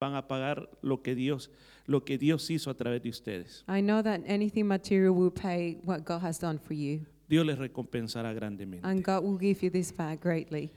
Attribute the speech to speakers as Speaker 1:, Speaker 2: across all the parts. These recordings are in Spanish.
Speaker 1: van a pagar lo que Dios, lo que Dios hizo a través de ustedes.
Speaker 2: I know that anything material will pay what God has done for you,
Speaker 1: Dios les recompensará grandemente.
Speaker 2: and God will give you this back greatly.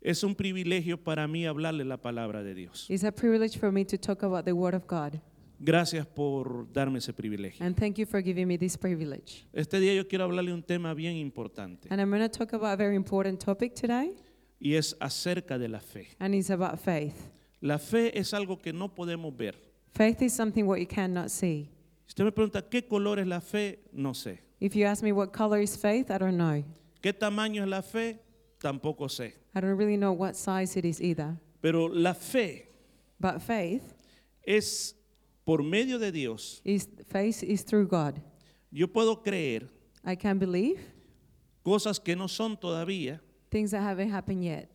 Speaker 1: Es un privilegio para mí hablarle la palabra de Dios.
Speaker 2: It's a privilege for me to talk about the Word of God,
Speaker 1: Gracias por darme ese privilegio.
Speaker 2: and thank you for giving me this privilege.
Speaker 1: Este día yo quiero hablarle un tema bien importante
Speaker 2: And I'm going to talk about a very important topic today,
Speaker 1: y es acerca de la fe.
Speaker 2: and it's about faith.
Speaker 1: La fe es algo que no podemos ver.
Speaker 2: Faith is something what you cannot see.
Speaker 1: Si usted me pregunta qué color es la fe, no sé.
Speaker 2: If you ask me what color is faith, I don't know.
Speaker 1: ¿Qué tamaño es la fe? Tampoco sé.
Speaker 2: I don't really know what size it is either.
Speaker 1: Pero la fe
Speaker 2: But faith
Speaker 1: es por medio de Dios.
Speaker 2: is faith is through God.
Speaker 1: Yo puedo creer
Speaker 2: I can believe
Speaker 1: cosas que no son todavía
Speaker 2: things that haven't happened yet,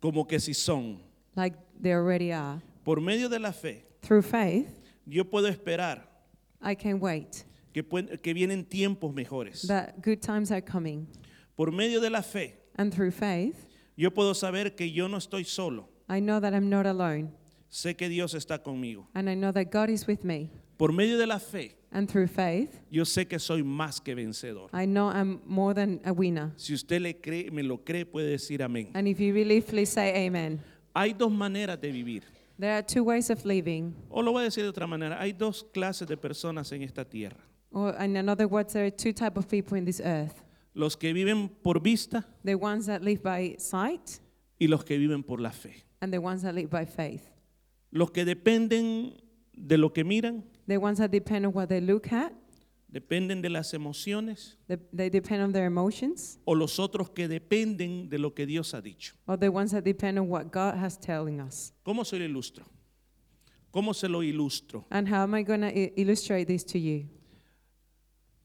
Speaker 1: como que si son.
Speaker 2: like they already are.
Speaker 1: Por medio de la fe,
Speaker 2: Through faith,
Speaker 1: yo puedo esperar
Speaker 2: I can wait.
Speaker 1: que, puen- que vienen tiempos mejores.
Speaker 2: That good times are coming.
Speaker 1: Por medio de la fe,
Speaker 2: And through faith,
Speaker 1: yo puedo saber que yo no estoy solo.
Speaker 2: I know that I'm not alone.
Speaker 1: Sé que Dios está conmigo.
Speaker 2: And I know that God is with me.
Speaker 1: Por medio de la fe,
Speaker 2: And through faith,
Speaker 1: yo sé que soy más que vencedor.
Speaker 2: I know I'm more than a winner.
Speaker 1: Si usted le cree, me lo cree, puede decir amén.
Speaker 2: And if you believe, please say amen.
Speaker 1: Hay dos maneras de vivir.
Speaker 2: There are two ways of living.
Speaker 1: O lo voy a decir de otra manera, hay dos clases de personas en esta tierra.
Speaker 2: Or in another words, there are two type of people in this earth.
Speaker 1: Los que viven por vista
Speaker 2: The ones that live by sight
Speaker 1: y los que viven por la fe.
Speaker 2: and the ones that live by faith.
Speaker 1: Los que dependen de lo que miran,
Speaker 2: The ones that depend on what they look at,
Speaker 1: dependen de las emociones,
Speaker 2: the, they depend on their emotions,
Speaker 1: o los otros que dependen de lo que Dios ha dicho.
Speaker 2: or the ones that depend on what God has telling us.
Speaker 1: ¿Cómo se lo ilustro? ¿Cómo se lo ilustro?
Speaker 2: And how am I going to I- illustrate this to you?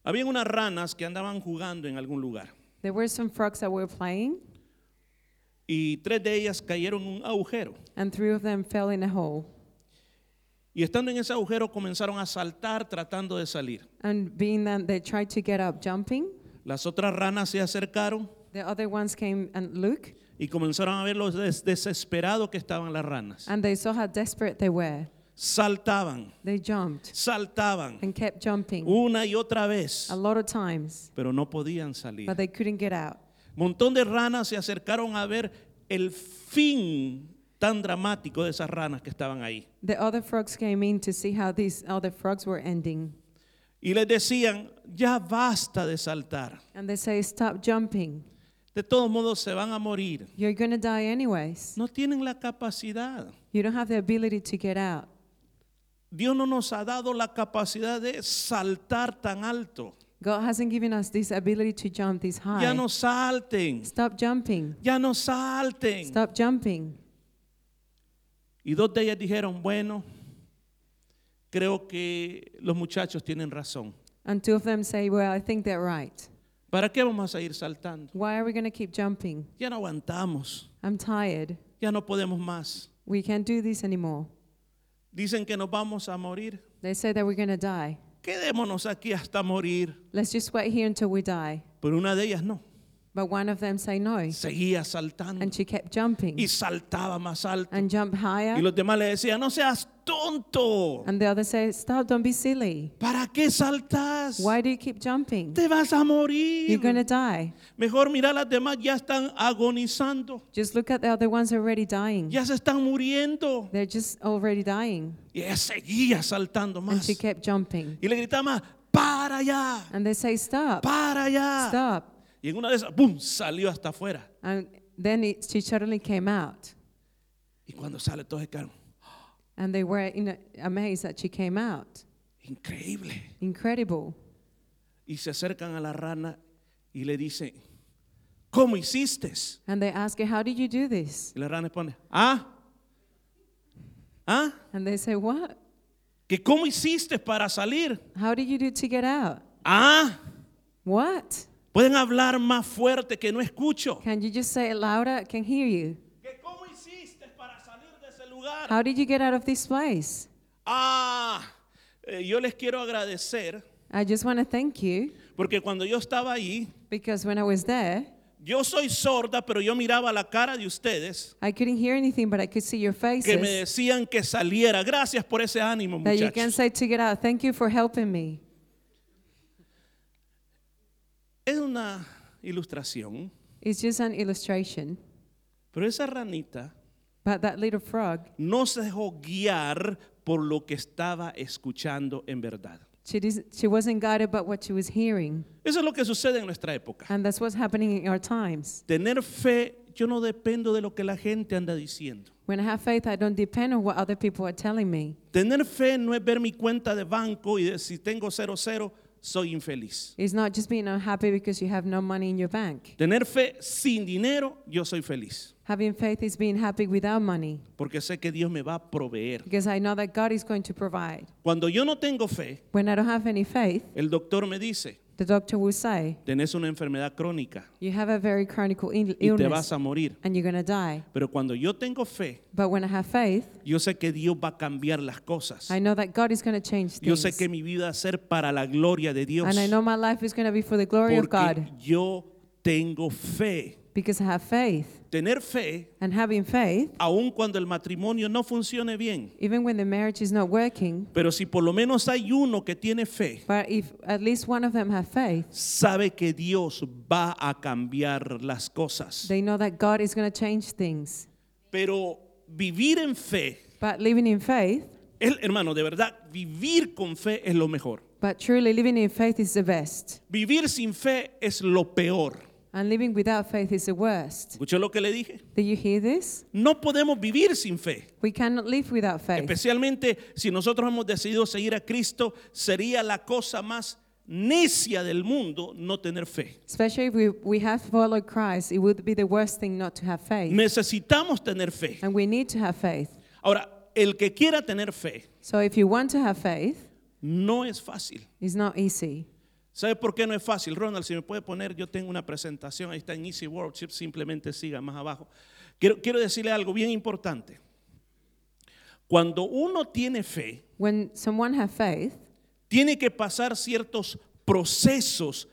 Speaker 1: Había unas ranas que andaban jugando en algún lugar
Speaker 2: There were some frogs that were playing,
Speaker 1: y tres de ellas cayeron en un agujero.
Speaker 2: and three of them fell in a hole.
Speaker 1: Y estando en ese agujero comenzaron a saltar tratando de salir.
Speaker 2: And being that they tried to get up jumping,
Speaker 1: Las otras ranas se acercaron
Speaker 2: the other ones came and looked,
Speaker 1: y comenzaron a ver lo des- desesperado que estaban las ranas.
Speaker 2: and they saw how desperate they were.
Speaker 1: Saltaban,
Speaker 2: They jumped
Speaker 1: saltaban
Speaker 2: and kept jumping
Speaker 1: una y otra vez,
Speaker 2: a lot of times,
Speaker 1: pero no podían salir.
Speaker 2: but they couldn't get out.
Speaker 1: Montón de ranas se acercaron a ver el fin tan dramático de esas ranas que estaban ahí.
Speaker 2: The other frogs came in to see how these other frogs were ending.
Speaker 1: Y les decían, ya basta de saltar.
Speaker 2: And they say, Stop jumping.
Speaker 1: De todos modos se van a morir.
Speaker 2: You're going to die anyways.
Speaker 1: No tienen la capacidad.
Speaker 2: You don't have the ability to get out.
Speaker 1: Dios no nos ha dado la capacidad de saltar tan alto.
Speaker 2: God hasn't given us this ability to jump this high.
Speaker 1: Ya no salten.
Speaker 2: Stop jumping.
Speaker 1: Ya no salten.
Speaker 2: Stop jumping.
Speaker 1: Y dos de ellas dijeron, bueno, creo que los muchachos tienen razón.
Speaker 2: And two of them say, Well, I think they're right.
Speaker 1: ¿Para qué vamos a seguir saltando?
Speaker 2: Why are we going to keep jumping?
Speaker 1: Ya no aguantamos,
Speaker 2: I'm tired.
Speaker 1: ya no podemos más.
Speaker 2: We can't do this anymore.
Speaker 1: Dicen que nos vamos a morir.
Speaker 2: They say that we're going to die.
Speaker 1: Quedémonos aquí hasta morir.
Speaker 2: Let's just wait here until we die.
Speaker 1: Pero una de ellas no.
Speaker 2: But one of them say no.
Speaker 1: Seguía saltando
Speaker 2: And she kept jumping
Speaker 1: y saltaba más alto.
Speaker 2: and jumped
Speaker 1: Y
Speaker 2: higher.
Speaker 1: los demás le decían, no seas tonto.
Speaker 2: And the other says, Stop, don't be silly.
Speaker 1: ¿Para qué saltas?
Speaker 2: Why do you keep jumping?
Speaker 1: Te vas a
Speaker 2: You're going
Speaker 1: morir.
Speaker 2: to die.
Speaker 1: Mejor mira las demás, ya están agonizando.
Speaker 2: Just look at the other ones already dying.
Speaker 1: Ya se están muriendo.
Speaker 2: They're just already dying.
Speaker 1: Y ella seguía saltando
Speaker 2: And
Speaker 1: más.
Speaker 2: she
Speaker 1: Y
Speaker 2: kept jumping.
Speaker 1: le gritaba, para allá,
Speaker 2: And they say, Stop,
Speaker 1: para allá.
Speaker 2: stop.
Speaker 1: Y en una de esas, ¡boom!, salió hasta afuera.
Speaker 2: And then it, she suddenly came out.
Speaker 1: Y cuando sale, todos quedaron,
Speaker 2: And they were in a, amazed that she came out.
Speaker 1: increíble.
Speaker 2: Incredible.
Speaker 1: Y se acercan a la rana y le dicen, ¿cómo hiciste?
Speaker 2: And they ask her, How did you do this?
Speaker 1: Y la rana responde, ah, ah,
Speaker 2: And they say, What?
Speaker 1: que cómo hiciste para salir.
Speaker 2: How did you do to get out?
Speaker 1: Ah,
Speaker 2: What?
Speaker 1: pueden hablar más fuerte que no escucho.
Speaker 2: Can you just say it louder? I can hear you.
Speaker 1: ¿Que cómo hiciste para salir de ese lugar?
Speaker 2: How did you get out of this place?
Speaker 1: Ah, eh, yo les quiero agradecer
Speaker 2: I just want to thank you
Speaker 1: porque cuando yo estaba ahí,
Speaker 2: because when I was there,
Speaker 1: Yo soy sorda, pero yo miraba la cara de ustedes
Speaker 2: I couldn't hear anything, but I could see your
Speaker 1: que me
Speaker 2: faces.
Speaker 1: decían que saliera. Gracias por ese ánimo,
Speaker 2: That you can
Speaker 1: muchachos.
Speaker 2: say to get out. Thank you for helping me.
Speaker 1: Es una ilustración,
Speaker 2: It's just an illustration.
Speaker 1: pero esa ranita
Speaker 2: But that little frog,
Speaker 1: no se dejó guiar por lo que estaba escuchando en verdad.
Speaker 2: she, dis- she wasn't guided by what she was hearing.
Speaker 1: Eso es lo que sucede en nuestra época.
Speaker 2: And that's what's happening in our times.
Speaker 1: Tener fe, yo no dependo de lo que la gente anda diciendo.
Speaker 2: When I have faith, I don't depend on what other people are telling me.
Speaker 1: Tener fe no es ver mi cuenta de banco y decir, si tengo cero cero, soy infeliz.
Speaker 2: It's not just being unhappy because you have no money in your bank.
Speaker 1: Tener fe sin dinero, yo soy feliz,
Speaker 2: Having faith is being happy without money
Speaker 1: porque sé que Dios me va a proveer.
Speaker 2: because I know that God is going to provide.
Speaker 1: Cuando yo no tengo fe,
Speaker 2: When I don't have any faith,
Speaker 1: el doctor me dice,
Speaker 2: the doctor will say,
Speaker 1: tenés una enfermedad crónica
Speaker 2: You have a very chronic ill-
Speaker 1: y te vas
Speaker 2: illness
Speaker 1: a morir.
Speaker 2: and you're going to die.
Speaker 1: Pero cuando yo tengo fe,
Speaker 2: But when I have faith,
Speaker 1: yo sé que Dios va a cambiar las cosas.
Speaker 2: I know that God is going to change
Speaker 1: Yo
Speaker 2: things.
Speaker 1: sé que mi vida va a ser para la gloria de Dios.
Speaker 2: and I know my life is going to be for the glory of
Speaker 1: Porque
Speaker 2: God
Speaker 1: yo tengo fe.
Speaker 2: because I have faith.
Speaker 1: Tener fe,
Speaker 2: And having faith,
Speaker 1: aun cuando el matrimonio no funcione bien,
Speaker 2: even when the marriage is not working,
Speaker 1: pero si por lo menos hay uno que tiene fe,
Speaker 2: but if at least one of them have faith,
Speaker 1: sabe que Dios va a cambiar las cosas.
Speaker 2: they know that God is going to change things.
Speaker 1: Pero vivir en fe,
Speaker 2: But living in faith,
Speaker 1: el, hermano, de verdad, vivir con fe es lo mejor.
Speaker 2: but truly living in faith is the best.
Speaker 1: Vivir sin fe es lo peor.
Speaker 2: And living without faith is the worst.
Speaker 1: ¿Escuchó lo que le dije?
Speaker 2: Did you hear this?
Speaker 1: No podemos vivir sin fe.
Speaker 2: We cannot live without faith.
Speaker 1: Especialmente si nosotros hemos decidido seguir a Cristo, sería la cosa más necia del mundo no tener fe.
Speaker 2: Especially if we, we have followed Christ, it would be the worst thing not to have faith.
Speaker 1: Necesitamos tener fe.
Speaker 2: And we need to have faith.
Speaker 1: Ahora, el que quiera tener fe
Speaker 2: So if you want to have faith,
Speaker 1: no es fácil.
Speaker 2: it's not easy.
Speaker 1: ¿Sabe por qué no es fácil? Ronald, si me puede poner, yo tengo una presentación, ahí está en Easy Workshop, simplemente siga más abajo. Quiero, quiero decirle algo bien importante. Cuando uno tiene fe,
Speaker 2: When someone have faith,
Speaker 1: tiene que pasar ciertos procesos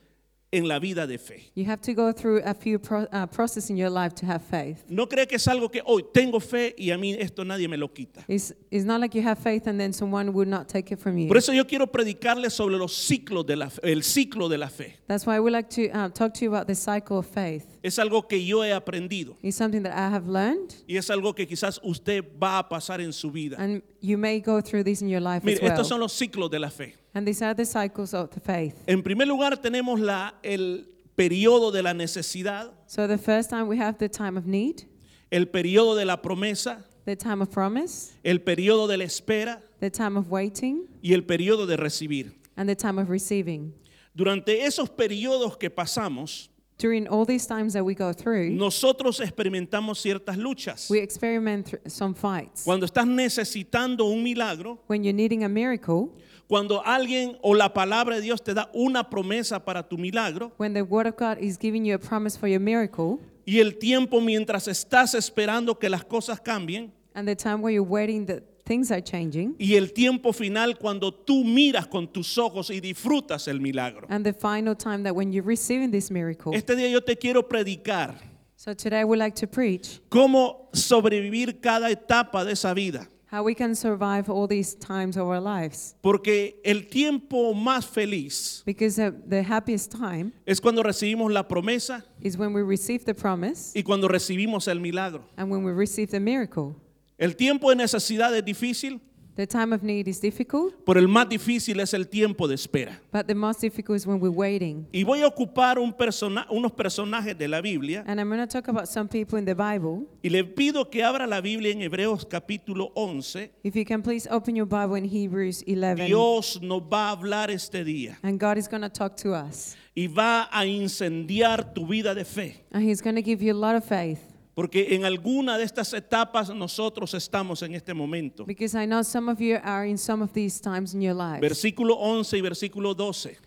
Speaker 1: en la vida de fe.
Speaker 2: you have to go through a few pro, uh, process in your life to have faith.
Speaker 1: No cree que es algo que hoy tengo fe y a mí esto nadie me lo quita.
Speaker 2: It's, it's not like you have faith and then someone would not take it from you.
Speaker 1: Por eso yo quiero predicarles sobre los ciclos de la fe- el ciclo de la fe.
Speaker 2: That's why I would like to uh, talk to you about the cycle of faith.
Speaker 1: Es algo que yo he aprendido
Speaker 2: It's something that I have learned,
Speaker 1: y es algo que quizás usted va a pasar en su vida.
Speaker 2: and you may go through this in your life
Speaker 1: Mire,
Speaker 2: as
Speaker 1: estos
Speaker 2: well.
Speaker 1: son los ciclos de la fe.
Speaker 2: And these are the cycles of the faith.
Speaker 1: En primer lugar tenemos la, el periodo de la necesidad,
Speaker 2: So the first time we have the time of need,
Speaker 1: el periodo de la promesa,
Speaker 2: the time of promise,
Speaker 1: el periodo de la espera
Speaker 2: the time of waiting,
Speaker 1: y el periodo de recibir.
Speaker 2: and the time of receiving.
Speaker 1: Durante esos periodos que pasamos,
Speaker 2: During all these times that we go through,
Speaker 1: nosotros experimentamos ciertas luchas.
Speaker 2: we experiment thr- some fights.
Speaker 1: Cuando estás necesitando un milagro,
Speaker 2: When you're needing a miracle,
Speaker 1: cuando alguien o la palabra de Dios te da una promesa para tu milagro
Speaker 2: when the Word of God is giving you a promise for your miracle,
Speaker 1: y el tiempo mientras estás esperando que las cosas cambien
Speaker 2: and the time where you're waiting that things are changing,
Speaker 1: y el tiempo final cuando tú miras con tus ojos y disfrutas el milagro.
Speaker 2: and the final time that when you're receiving this miracle.
Speaker 1: Este día yo te quiero predicar
Speaker 2: So today I would like to preach
Speaker 1: cómo sobrevivir cada etapa de esa vida,
Speaker 2: how we can survive all these times of our lives.
Speaker 1: porque el tiempo más feliz
Speaker 2: Because uh, the happiest time
Speaker 1: es cuando recibimos la promesa
Speaker 2: is when we receive the promise
Speaker 1: y cuando recibimos el milagro.
Speaker 2: and when we receive the miracle.
Speaker 1: El tiempo de necesidad es difícil,
Speaker 2: The time of need is difficult,
Speaker 1: Pero el más difícil es el tiempo de espera.
Speaker 2: but the most difficult is when we're waiting.
Speaker 1: Y voy a ocupar un persona- unos personajes de la Biblia
Speaker 2: And I'm going to talk about some people in the Bible.
Speaker 1: y le pido que abra la Biblia en Hebreos capítulo 11.
Speaker 2: If you can please open your Bible in Hebrews 11.
Speaker 1: Dios nos va a hablar este día
Speaker 2: And God is going to talk to us.
Speaker 1: y va a incendiar tu vida de fe.
Speaker 2: And He's going to give you a lot of faith.
Speaker 1: Porque en alguna de estas etapas nosotros estamos en este momento.
Speaker 2: Because I know some of you are in some of these times in your life.
Speaker 1: Versículo 11 y versículo 12.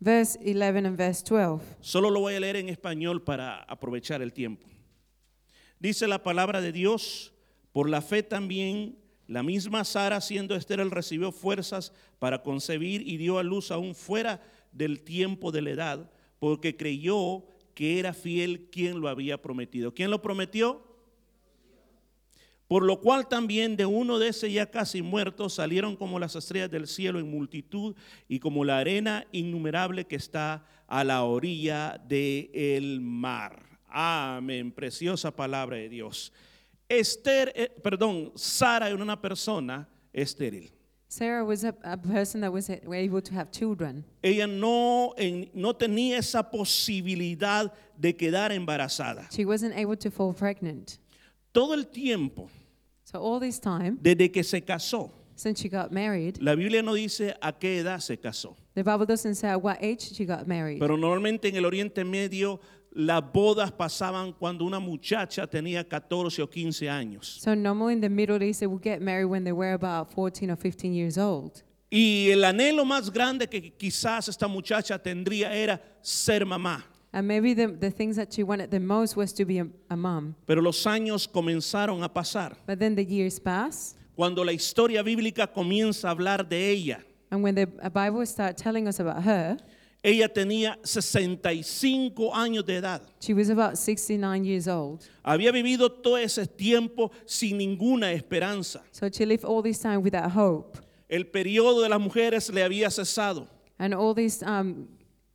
Speaker 2: verse 11 and verse 12.
Speaker 1: Solo lo voy a leer en español para aprovechar el tiempo. Dice la palabra de Dios, por la fe también, la misma Sara siendo estéril recibió fuerzas para concebir y dio a luz aún fuera del tiempo de la edad, porque creyó que era fiel quien lo había prometido. ¿Quién lo prometió? Por lo cual también de uno de ese ya casi muerto salieron como las estrellas del cielo en multitud y como la arena innumerable que está a la orilla del mar. Amén, preciosa palabra de Dios. Esther, eh, perdón, Sara era una persona estéril.
Speaker 2: Sarah was a, a person that was a- were able to have children.
Speaker 1: Ella no, en- no tenía esa posibilidad de quedar embarazada.
Speaker 2: She wasn't able to fall pregnant.
Speaker 1: Todo el tiempo,
Speaker 2: So all this time,
Speaker 1: desde que se casó,
Speaker 2: since she got married,
Speaker 1: la Biblia no dice a qué edad se casó.
Speaker 2: the Bible doesn't say at what age she got married.
Speaker 1: Pero normalmente en el Oriente Medio las bodas pasaban cuando una muchacha tenía 14 o 15 años.
Speaker 2: So normally in the Middle East, they would get married when they were about 14 or 15 years old.
Speaker 1: Y el anhelo más grande que quizás esta muchacha tendría era ser mamá.
Speaker 2: And maybe the, the things that she wanted the most was to be a, a mom.
Speaker 1: Pero los años comenzaron a pasar.
Speaker 2: But then the years pass,
Speaker 1: Cuando la historia bíblica comienza a hablar de ella,
Speaker 2: and when the uh, Bible starts telling us about her,
Speaker 1: ella tenía 65 años de edad.
Speaker 2: she was about 69 years old.
Speaker 1: Había vivido todo ese tiempo sin ninguna esperanza.
Speaker 2: So she lived all this time without hope.
Speaker 1: El periodo de las mujeres le había cesado.
Speaker 2: And all this um,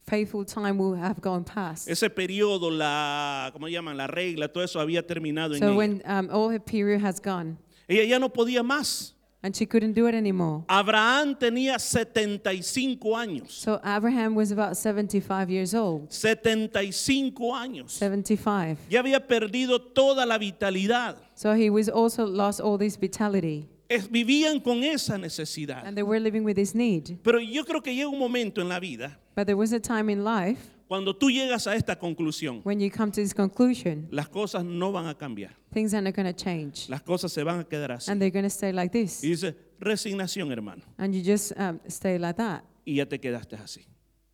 Speaker 2: faithful time will have gone past.
Speaker 1: Ese periodo, la, ¿cómo llaman? La regla, todo eso había terminado en
Speaker 2: so
Speaker 1: ella.
Speaker 2: when um, all her period has gone,
Speaker 1: Ella ya no podía más.
Speaker 2: and she couldn't do it anymore.
Speaker 1: Abraham tenía 75 años.
Speaker 2: So Abraham was about 75 years old.
Speaker 1: 75 años.
Speaker 2: 75.
Speaker 1: Ya había perdido toda la vitalidad.
Speaker 2: So he was also lost all this vitality.
Speaker 1: Es- vivían con esa necesidad.
Speaker 2: And they were living with this need.
Speaker 1: Pero yo creo que llega un momento en la vida
Speaker 2: But there was a time in life
Speaker 1: cuando tú llegas a esta conclusión.
Speaker 2: when you come to this conclusion,
Speaker 1: Las cosas no van a cambiar.
Speaker 2: things are not going to change.
Speaker 1: Las cosas se van a quedar así.
Speaker 2: And they're going to stay like this.
Speaker 1: Y dice, resignación, hermano.
Speaker 2: And you just um, stay like that.
Speaker 1: Y ya te quedaste así.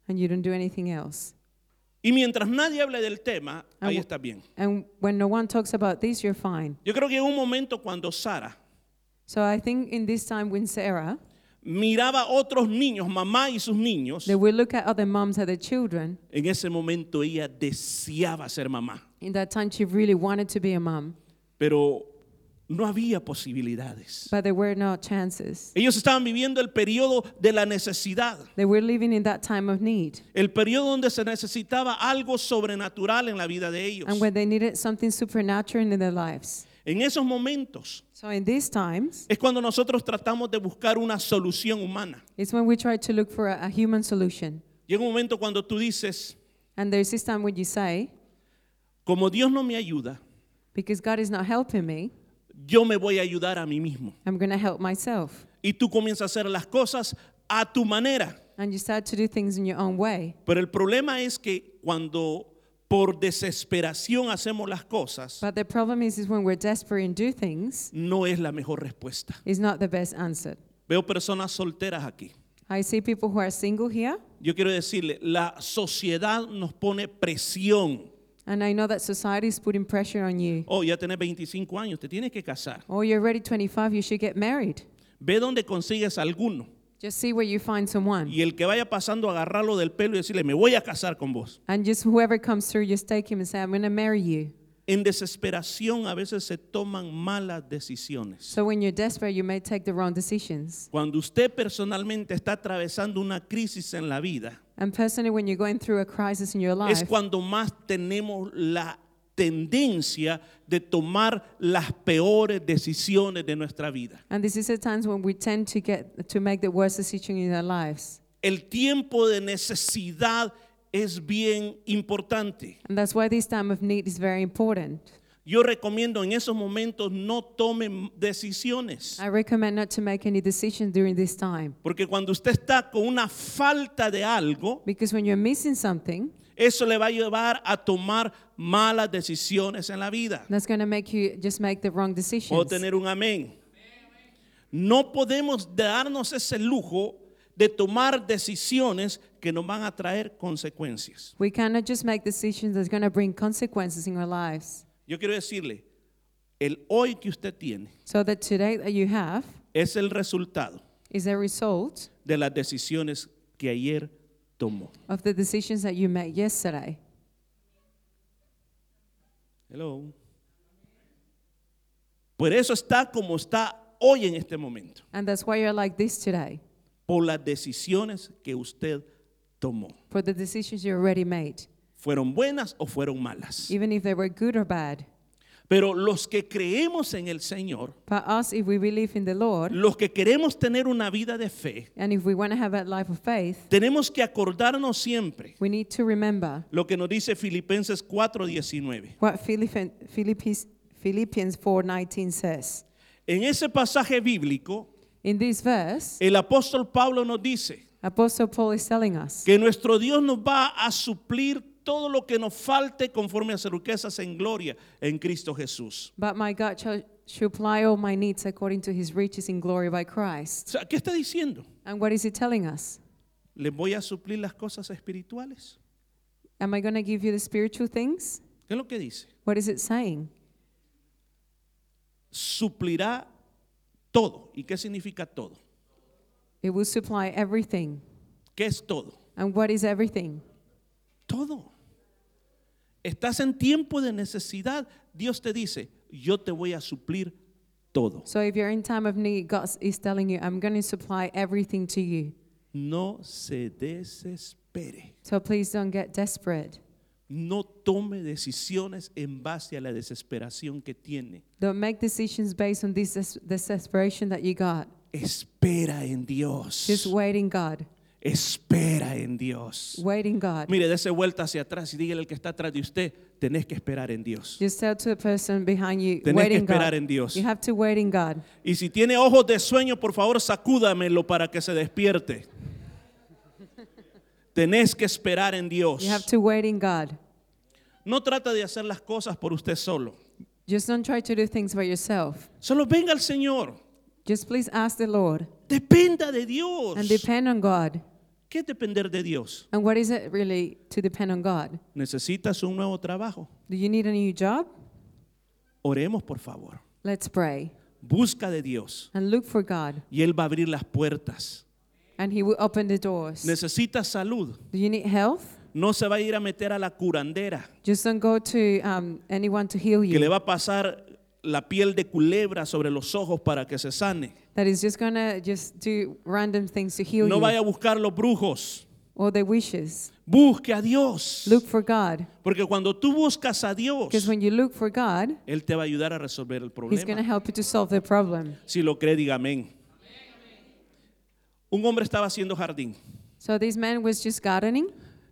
Speaker 2: And you don't do anything else.
Speaker 1: Y mientras nadie hable del tema, ahí
Speaker 2: Ah, bu-
Speaker 1: está bien.
Speaker 2: And when no one talks about this, you're fine.
Speaker 1: Yo creo que en un momento cuando Sara
Speaker 2: So I think in this time when Sarah,
Speaker 1: miraba a otros niños, mamá y sus niños,
Speaker 2: they will look at other moms at their children.
Speaker 1: en ese momento ella deseaba ser mamá,
Speaker 2: In that time, she really wanted to be a mom,
Speaker 1: pero no había posibilidades.
Speaker 2: but there were no chances.
Speaker 1: Ellos estaban viviendo el periodo de la necesidad,
Speaker 2: They were living in that time of need.
Speaker 1: el periodo donde se necesitaba algo sobrenatural en la vida de ellos.
Speaker 2: And when they needed something supernatural in their lives.
Speaker 1: En esos momentos
Speaker 2: So in these times,
Speaker 1: es cuando nosotros tratamos de buscar una solución humana.
Speaker 2: it's when we try to look for a, a human solution.
Speaker 1: Llega un momento cuando tú dices,
Speaker 2: And there's this time when you say,
Speaker 1: como Dios no me ayuda,
Speaker 2: because God is not helping me,
Speaker 1: yo me voy a ayudar a mí mismo.
Speaker 2: I'm going to help myself.
Speaker 1: Y tú comienzas a hacer las cosas a tu manera.
Speaker 2: And you start to do things in your own way.
Speaker 1: Pero el problema es que cuando por desesperación hacemos las cosas,
Speaker 2: But the problem is, is when we're desperate and do things,
Speaker 1: no es la mejor respuesta.
Speaker 2: is not the best answer.
Speaker 1: Veo personas solteras aquí.
Speaker 2: I see people who are single here,
Speaker 1: Yo quiero decirle, la sociedad nos pone presión.
Speaker 2: and I know that society is putting pressure on you.
Speaker 1: Oh, ya tenés 25 años, te tienes que casar.
Speaker 2: Oh, you're already 25, you should get married.
Speaker 1: Ve dónde consigues alguno.
Speaker 2: Just see where you find someone.
Speaker 1: Y el que vaya pasando, agarrarlo del pelo y decirle, me voy a casar con vos.
Speaker 2: And just whoever comes through, just take him and say, I'm going to marry you.
Speaker 1: En desesperación a veces se toman malas decisiones.
Speaker 2: So when you're desperate, you may take the wrong decisions.
Speaker 1: Cuando usted personalmente está atravesando una crisis en la vida,
Speaker 2: And personally, when you're going through a crisis in your
Speaker 1: es
Speaker 2: life,
Speaker 1: cuando más tenemos la tendencia de tomar las peores decisiones de nuestra vida.
Speaker 2: and this is the times when we tend to get to make the worst decision in our lives.
Speaker 1: El tiempo de necesidad es bien importante.
Speaker 2: And that's why this time of need is very important.
Speaker 1: Yo recomiendo en esos momentos no tomen decisiones,
Speaker 2: I recommend not to make any decisions during this time
Speaker 1: porque cuando usted está con una falta de algo,
Speaker 2: because when you're missing something,
Speaker 1: eso le va a llevar a tomar malas decisiones en la vida.
Speaker 2: that's going to make you just make the wrong
Speaker 1: Puedo
Speaker 2: decisions.
Speaker 1: tener un amén. No podemos darnos ese lujo de tomar decisiones que nos van a traer consecuencias.
Speaker 2: We cannot just make decisions that's going to bring consequences in our lives.
Speaker 1: Yo quiero decirle, el hoy que usted tiene
Speaker 2: So that today that you have
Speaker 1: es el resultado
Speaker 2: is a result
Speaker 1: de las decisiones que ayer tomó.
Speaker 2: of the decisions that you made yesterday.
Speaker 1: Hello. Por eso está como está hoy en este momento.
Speaker 2: And that's why you're like this today,
Speaker 1: Por las decisiones que usted tomó.
Speaker 2: for the decisions you already made,
Speaker 1: Fueron buenas o fueron malas.
Speaker 2: even if they were good or bad.
Speaker 1: Pero los que creemos en el Señor,
Speaker 2: But us, if we believe in the Lord,
Speaker 1: los que queremos tener una vida de fe,
Speaker 2: and if we want to have a life of faith,
Speaker 1: tenemos que acordarnos siempre
Speaker 2: we need to remember
Speaker 1: lo que nos dice Filipenses 4:19.
Speaker 2: what Philipp- Philippis- Philippians 4:19 says.
Speaker 1: En ese pasaje bíblico,
Speaker 2: In this verse,
Speaker 1: el apóstol Pablo nos dice
Speaker 2: Apostle Paul is telling us
Speaker 1: que nuestro Dios nos va a suplir todo lo que nos falte conforme a sus riquezas en gloria en Cristo Jesús.
Speaker 2: But my God shall supply all my needs according to his riches in glory by
Speaker 1: O
Speaker 2: Christ.
Speaker 1: sea, ¿qué está diciendo?
Speaker 2: And what is he telling us?
Speaker 1: ¿Les voy a suplir las cosas espirituales?
Speaker 2: Am I going to give you the spiritual things?
Speaker 1: ¿Qué es lo que dice?
Speaker 2: What is it saying?
Speaker 1: Suplirá todo. ¿Y qué significa todo?
Speaker 2: It will supply everything.
Speaker 1: ¿Qué es todo?
Speaker 2: And what is everything?
Speaker 1: Todo. Estás en tiempo de necesidad. Dios te dice, yo te voy a suplir todo.
Speaker 2: So if you're in time of need, God is telling you, I'm going to supply everything to you.
Speaker 1: No se desespere.
Speaker 2: So please don't get desperate.
Speaker 1: No tome decisiones en base a la desesperación que tiene.
Speaker 2: Don't make decisions based on this des- desperation that you got.
Speaker 1: Espera en Dios.
Speaker 2: Just wait in God.
Speaker 1: Espera en Dios.
Speaker 2: Wait in God.
Speaker 1: Mire, dése vuelta hacia atrás y dígale al que está atrás de usted, tenés que esperar en Dios.
Speaker 2: Just tell to the person behind you,
Speaker 1: Tenés
Speaker 2: wait
Speaker 1: que
Speaker 2: in
Speaker 1: esperar
Speaker 2: God.
Speaker 1: en Dios.
Speaker 2: You have to wait in God.
Speaker 1: Y si tiene ojos de sueño, por favor, sacúdamelo para que se despierte. Tenés que esperar en Dios.
Speaker 2: You have to wait in God.
Speaker 1: No trata de hacer las cosas por usted solo.
Speaker 2: Just don't try to do things by yourself.
Speaker 1: Solo venga al Señor.
Speaker 2: Just please ask the Lord
Speaker 1: Dependa de Dios.
Speaker 2: and depend on God.
Speaker 1: ¿Qué es depender de Dios?
Speaker 2: And what is it really to depend on God?
Speaker 1: ¿Necesitas un nuevo trabajo?
Speaker 2: Do you need a new job?
Speaker 1: Oremos, por favor.
Speaker 2: Let's pray
Speaker 1: Busca de Dios
Speaker 2: and look for God,
Speaker 1: y Él va a abrir las puertas.
Speaker 2: and He will open the doors.
Speaker 1: Necesitas salud.
Speaker 2: Do you need health?
Speaker 1: No se va a ir a meter a la curandera
Speaker 2: Just don't go to um, anyone to heal
Speaker 1: que le
Speaker 2: you.
Speaker 1: va a pasar la piel de culebra sobre los ojos para que se sane.
Speaker 2: That is just gonna just do random things to heal
Speaker 1: No
Speaker 2: you
Speaker 1: vaya a buscar los brujos.
Speaker 2: or their wishes.
Speaker 1: Busque a Dios.
Speaker 2: Look for God,
Speaker 1: Porque cuando tú buscas a Dios,
Speaker 2: because when you look for God,
Speaker 1: Él te va a ayudar a resolver el
Speaker 2: He's
Speaker 1: problema.
Speaker 2: gonna help you to solve the problem.
Speaker 1: Si lo cree, diga amén. Un hombre estaba haciendo jardín
Speaker 2: So this man was just gardening,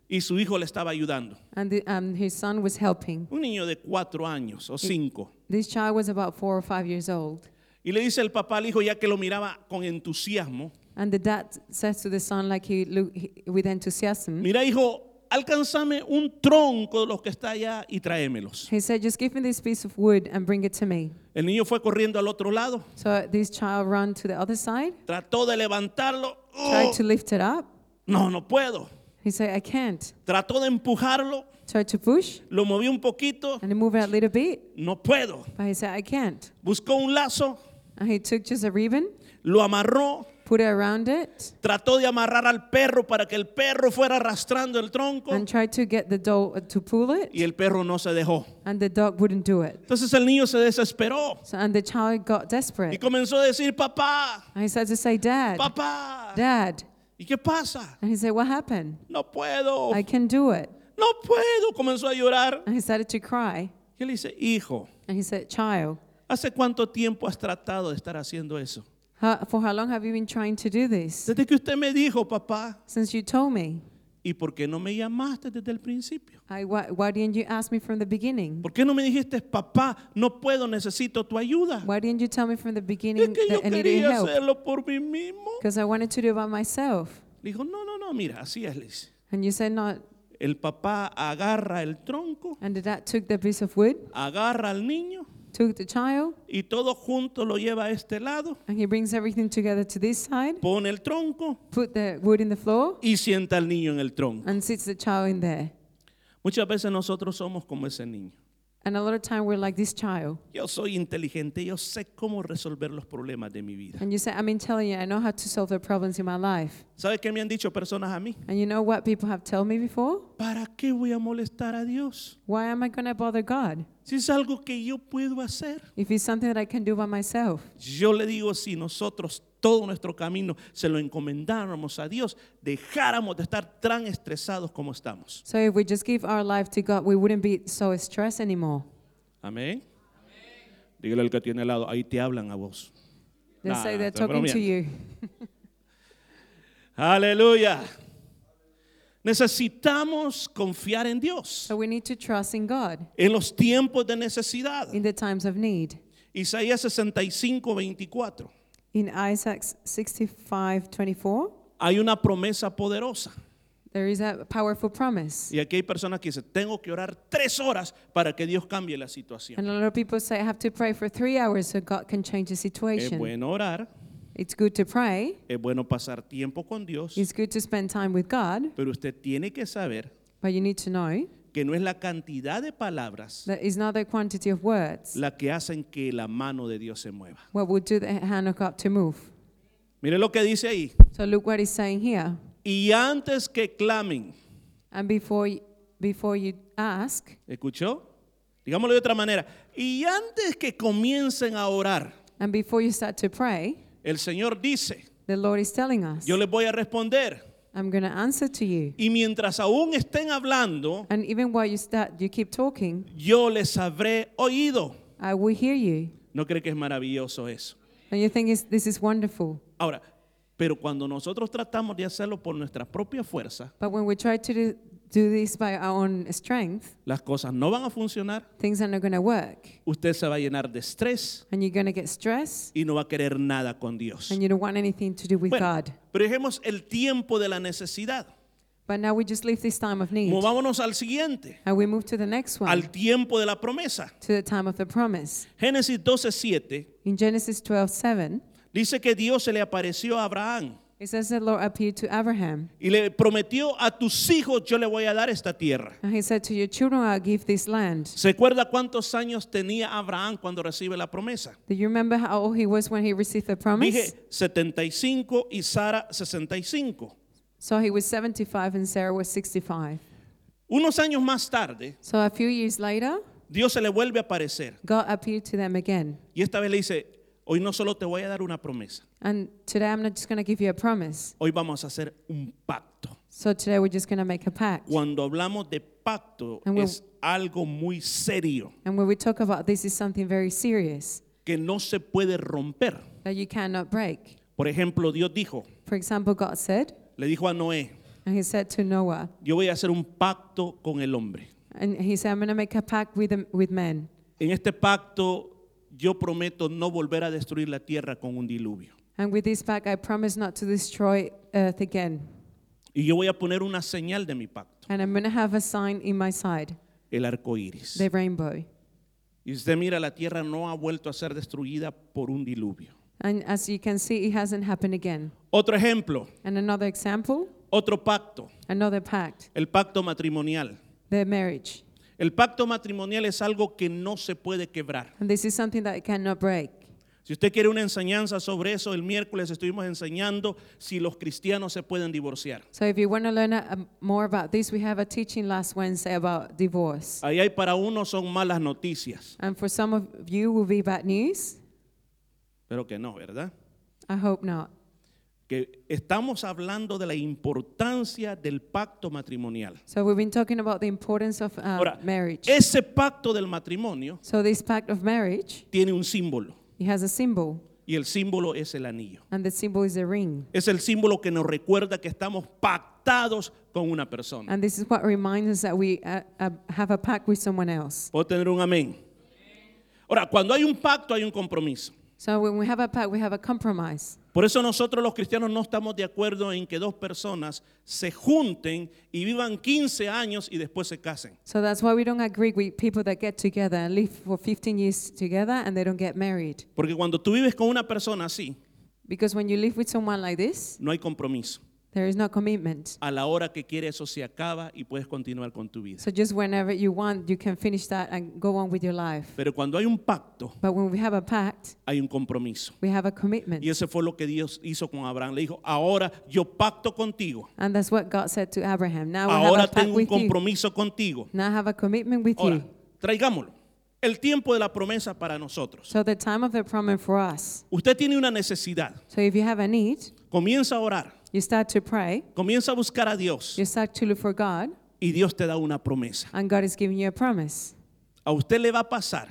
Speaker 1: y su hijo le estaba ayudando.
Speaker 2: and the, um, his son was helping.
Speaker 1: Un niño de cuatro años o cinco.
Speaker 2: This child was about four or five years old.
Speaker 1: Y le dice el papá al hijo, ya que lo miraba con entusiasmo,
Speaker 2: And the dad says to the son, like he look he- with enthusiasm,
Speaker 1: mira hijo, alcánzame un tronco de los que está allá y tráemelos.
Speaker 2: he said, Just give me this piece of wood and bring it to me.
Speaker 1: El niño fue corriendo al otro lado,
Speaker 2: So this child ran to the other side,
Speaker 1: trató de levantarlo,
Speaker 2: tried
Speaker 1: ¡Oh!
Speaker 2: to lift it up.
Speaker 1: no, no puedo.
Speaker 2: He said, I can't.
Speaker 1: Trató de empujarlo,
Speaker 2: Tried to push
Speaker 1: lo movió un poquito,
Speaker 2: and move it a little bit,
Speaker 1: no puedo.
Speaker 2: but he said, I can't.
Speaker 1: Buscó un lazo,
Speaker 2: And he took just a ribbon,
Speaker 1: lo amarró,
Speaker 2: put it around it,
Speaker 1: trató de amarrar al perro para que el perro fuera arrastrando el tronco
Speaker 2: and tried to get the dog uh, to pull
Speaker 1: y
Speaker 2: it,
Speaker 1: el perro no se dejó.
Speaker 2: and the dog wouldn't do it.
Speaker 1: Entonces el niño se desesperó
Speaker 2: So, and the child got
Speaker 1: y
Speaker 2: desperate.
Speaker 1: comenzó a decir, papá,
Speaker 2: And he started to say, Dad,
Speaker 1: papá,
Speaker 2: Dad.
Speaker 1: ¿y qué pasa?
Speaker 2: And he said, What happened?
Speaker 1: No puedo,
Speaker 2: I can do it.
Speaker 1: no puedo. Comenzó a llorar.
Speaker 2: And he started to cry.
Speaker 1: Y él dice, hijo,
Speaker 2: And he said, Child,
Speaker 1: ¿hace cuánto tiempo has tratado de estar haciendo eso?
Speaker 2: how, for how long have you been trying to do this?
Speaker 1: Desde que usted me dijo, papá,
Speaker 2: Since you told me.
Speaker 1: ¿y por qué no me llamaste desde el principio?
Speaker 2: I, why, why didn't you ask me from the beginning?
Speaker 1: ¿Por qué no me dijiste, papá, no puedo, necesito tu ayuda?
Speaker 2: Why didn't you tell me from the
Speaker 1: Es
Speaker 2: beginning
Speaker 1: que yo
Speaker 2: that I needed
Speaker 1: quería
Speaker 2: help?
Speaker 1: hacerlo por mí mismo.
Speaker 2: Because I wanted to do it by myself.
Speaker 1: Le dijo, no, no, no, mira, así es, le dice.
Speaker 2: And you said not.
Speaker 1: El papá agarra el tronco,
Speaker 2: And the dad took the piece of wood,
Speaker 1: agarra al niño
Speaker 2: took the child,
Speaker 1: y todo junto lo lleva a este lado,
Speaker 2: and he brings everything together to this side,
Speaker 1: pone el tronco
Speaker 2: put the wood in the floor,
Speaker 1: y sienta al niño en el tronco.
Speaker 2: and sits the child in there.
Speaker 1: Muchas veces nosotros somos como ese niño.
Speaker 2: And a lot of time we're like this child.
Speaker 1: Yo soy inteligente, yo sé cómo resolver los problemas de mi vida.
Speaker 2: And you say, I'm telling you, I know how to solve the problems in my life.
Speaker 1: ¿Sabe qué me han dicho personas a mí?
Speaker 2: And you know what people have told me before?
Speaker 1: ¿Para qué voy a molestar a Dios?
Speaker 2: Why am I going to bother God?
Speaker 1: Si es algo que yo puedo hacer.
Speaker 2: If it's something that I can do by myself,
Speaker 1: Yo le digo, si nosotros todo nuestro camino se lo encomendáramos a Dios, dejáramos de estar tan estresados como estamos.
Speaker 2: so if we just give our life to God, we wouldn't be so stressed anymore.
Speaker 1: Amén. Dígale al que tiene al lado, ahí te hablan a vos.
Speaker 2: They
Speaker 1: Nah,
Speaker 2: say they're
Speaker 1: estoy
Speaker 2: talking to
Speaker 1: bromeando.
Speaker 2: you.
Speaker 1: Aleluya. Necesitamos confiar en Dios
Speaker 2: So we need to trust in God
Speaker 1: en los tiempos de necesidad.
Speaker 2: in the times of need.
Speaker 1: Isaías 65, 24.
Speaker 2: In Isaac 65 24,
Speaker 1: Hay una promesa poderosa.
Speaker 2: there is a powerful promise.
Speaker 1: Y aquí hay personas que dicen, tengo que orar tres horas para que Dios cambie la situación.
Speaker 2: And a lot of people say, I have to pray for three hours so God can change the
Speaker 1: Es
Speaker 2: situation.
Speaker 1: bueno orar,
Speaker 2: It's good to pray,
Speaker 1: es bueno pasar tiempo con Dios,
Speaker 2: it's good to spend time with God,
Speaker 1: pero usted tiene que saber
Speaker 2: but you need to know
Speaker 1: que no es la cantidad de palabras
Speaker 2: that it's not the quantity of words
Speaker 1: la que hacen que la mano de Dios se mueva.
Speaker 2: what would do the hand of God to move.
Speaker 1: Mire lo que dice ahí.
Speaker 2: So look what he's saying here.
Speaker 1: Y antes que clamen,
Speaker 2: And before y- before you ask,
Speaker 1: ¿escuchó? Digámoslo de otra manera. Y antes que comiencen a orar,
Speaker 2: and before you start to pray,
Speaker 1: el Señor dice,
Speaker 2: the Lord is telling us,
Speaker 1: yo les voy a responder.
Speaker 2: I'm going to answer to you.
Speaker 1: Y mientras aún estén hablando,
Speaker 2: And even while you start, you keep talking,
Speaker 1: yo les habré oído.
Speaker 2: I will hear you.
Speaker 1: ¿No cree que es maravilloso eso?
Speaker 2: And you think it's, this is wonderful.
Speaker 1: Ahora, pero cuando nosotros tratamos de hacerlo por nuestra propia fuerza,
Speaker 2: But when we try to do, do this by our own strength,
Speaker 1: las cosas no van a funcionar,
Speaker 2: things are not going to work.
Speaker 1: usted se va a llenar de estrés
Speaker 2: And you're going to get stressed,
Speaker 1: y no va a querer nada con Dios.
Speaker 2: and you don't want anything to do with
Speaker 1: Bueno,
Speaker 2: God.
Speaker 1: pero dejemos el tiempo de la necesidad.
Speaker 2: But now we just leave this time of need.
Speaker 1: Movámonos al siguiente,
Speaker 2: And we move to the next one,
Speaker 1: al tiempo de la promesa.
Speaker 2: to the time of the promise.
Speaker 1: Génesis 12:7
Speaker 2: In Genesis 12:7,
Speaker 1: dice que Dios se le apareció a Abraham
Speaker 2: it says the Lord appeared to Abraham,
Speaker 1: y le prometió a tus hijos yo le voy a dar esta tierra.
Speaker 2: and he said to your children, I'll give this land.
Speaker 1: ¿Se acuerda cuántos años tenía Abraham cuando recibe la promesa?
Speaker 2: Do you remember how old he was when he received the promise?
Speaker 1: Dije 75 y Sara 65.
Speaker 2: So he was 75 and Sarah was 65.
Speaker 1: Unos años más tarde,
Speaker 2: So a few years later,
Speaker 1: Dios se le vuelve a aparecer
Speaker 2: God appeared to them again.
Speaker 1: y esta vez le dice, hoy no solo te voy a dar una promesa,
Speaker 2: And today I'm not just going to give you a promise.
Speaker 1: hoy vamos a hacer un pacto.
Speaker 2: So today we're just going to make a pact.
Speaker 1: Cuando hablamos de pacto
Speaker 2: And we'll-
Speaker 1: es algo muy serio
Speaker 2: And when we talk about this is something very serious
Speaker 1: que no se puede romper.
Speaker 2: that you cannot break.
Speaker 1: Por ejemplo, Dios dijo,
Speaker 2: For example, God said,
Speaker 1: le dijo a Noé,
Speaker 2: and he said to Noah,
Speaker 1: yo voy a hacer un pacto con el hombre.
Speaker 2: and he said, I'm going to make a pact with, the- with men.
Speaker 1: En este pacto yo prometo no volver a destruir la tierra con un diluvio.
Speaker 2: And with this pact, I promise not to destroy earth again.
Speaker 1: Y yo voy a poner una señal de mi pacto,
Speaker 2: And I'm going to have a sign in my side,
Speaker 1: el arco iris.
Speaker 2: the rainbow.
Speaker 1: Y usted mira, la tierra no ha vuelto a ser destruida por un diluvio.
Speaker 2: And as you can see, it hasn't happened again.
Speaker 1: Otro ejemplo,
Speaker 2: And another example,
Speaker 1: otro pacto,
Speaker 2: another pact,
Speaker 1: el pacto matrimonial.
Speaker 2: the marriage.
Speaker 1: El pacto matrimonial es algo que no se puede quebrar.
Speaker 2: And this is something that I cannot break.
Speaker 1: Si usted quiere una enseñanza sobre eso, el miércoles estuvimos enseñando si los cristianos se pueden divorciar.
Speaker 2: So if you want to learn uh, more about this, we have a teaching last Wednesday about divorce.
Speaker 1: Ahí hay para unos son malas noticias,
Speaker 2: And for some of you will be bad news.
Speaker 1: pero que no, ¿verdad?
Speaker 2: I hope not.
Speaker 1: Que estamos hablando de la importancia del pacto matrimonial.
Speaker 2: So we've been talking about the importance of uh,
Speaker 1: Ahora,
Speaker 2: marriage.
Speaker 1: ese pacto del matrimonio
Speaker 2: So this pact of marriage,
Speaker 1: tiene un símbolo
Speaker 2: it has a symbol,
Speaker 1: y el símbolo es el anillo.
Speaker 2: and the symbol is a ring.
Speaker 1: Es el símbolo que nos recuerda que estamos pactados con una persona.
Speaker 2: And this is what reminds us that we uh, uh, have a pact with someone else.
Speaker 1: ¿Puedo tener un amén? Ahora, cuando hay un pacto hay un compromiso.
Speaker 2: So when we have a pact, we have a compromise.
Speaker 1: Por eso nosotros los cristianos no estamos de acuerdo en que dos personas se junten y vivan 15 años y después se casen.
Speaker 2: So that's why we don't agree with people that get together and live for 15 years together and they don't get married.
Speaker 1: Porque cuando tú vives con una persona así,
Speaker 2: Because when you live with someone like this,
Speaker 1: no hay compromiso.
Speaker 2: there is no commitment.
Speaker 1: A la hora que quiere eso se acaba y puedes continuar con tu vida.
Speaker 2: So just whenever you want, you can finish that and go on with your life.
Speaker 1: Pero cuando hay un pacto,
Speaker 2: But when we have a pact,
Speaker 1: hay un compromiso.
Speaker 2: we have a commitment.
Speaker 1: Y ese fue lo que Dios hizo con Abraham. Le dijo, ahora yo pacto contigo.
Speaker 2: And that's what God said to Abraham. Now I have a
Speaker 1: Ahora
Speaker 2: pact
Speaker 1: tengo un
Speaker 2: with you.
Speaker 1: compromiso contigo.
Speaker 2: Now I have a commitment with
Speaker 1: Ahora,
Speaker 2: you.
Speaker 1: traigámoslo. el tiempo de la promesa para nosotros.
Speaker 2: So the time of the promise for us.
Speaker 1: Usted tiene una necesidad,
Speaker 2: So if you have a need,
Speaker 1: comienza a orar,
Speaker 2: you start to pray,
Speaker 1: comienza a buscar a Dios
Speaker 2: you start to look for God,
Speaker 1: y Dios te da una promesa.
Speaker 2: and God is giving you a promise.
Speaker 1: A usted le va a pasar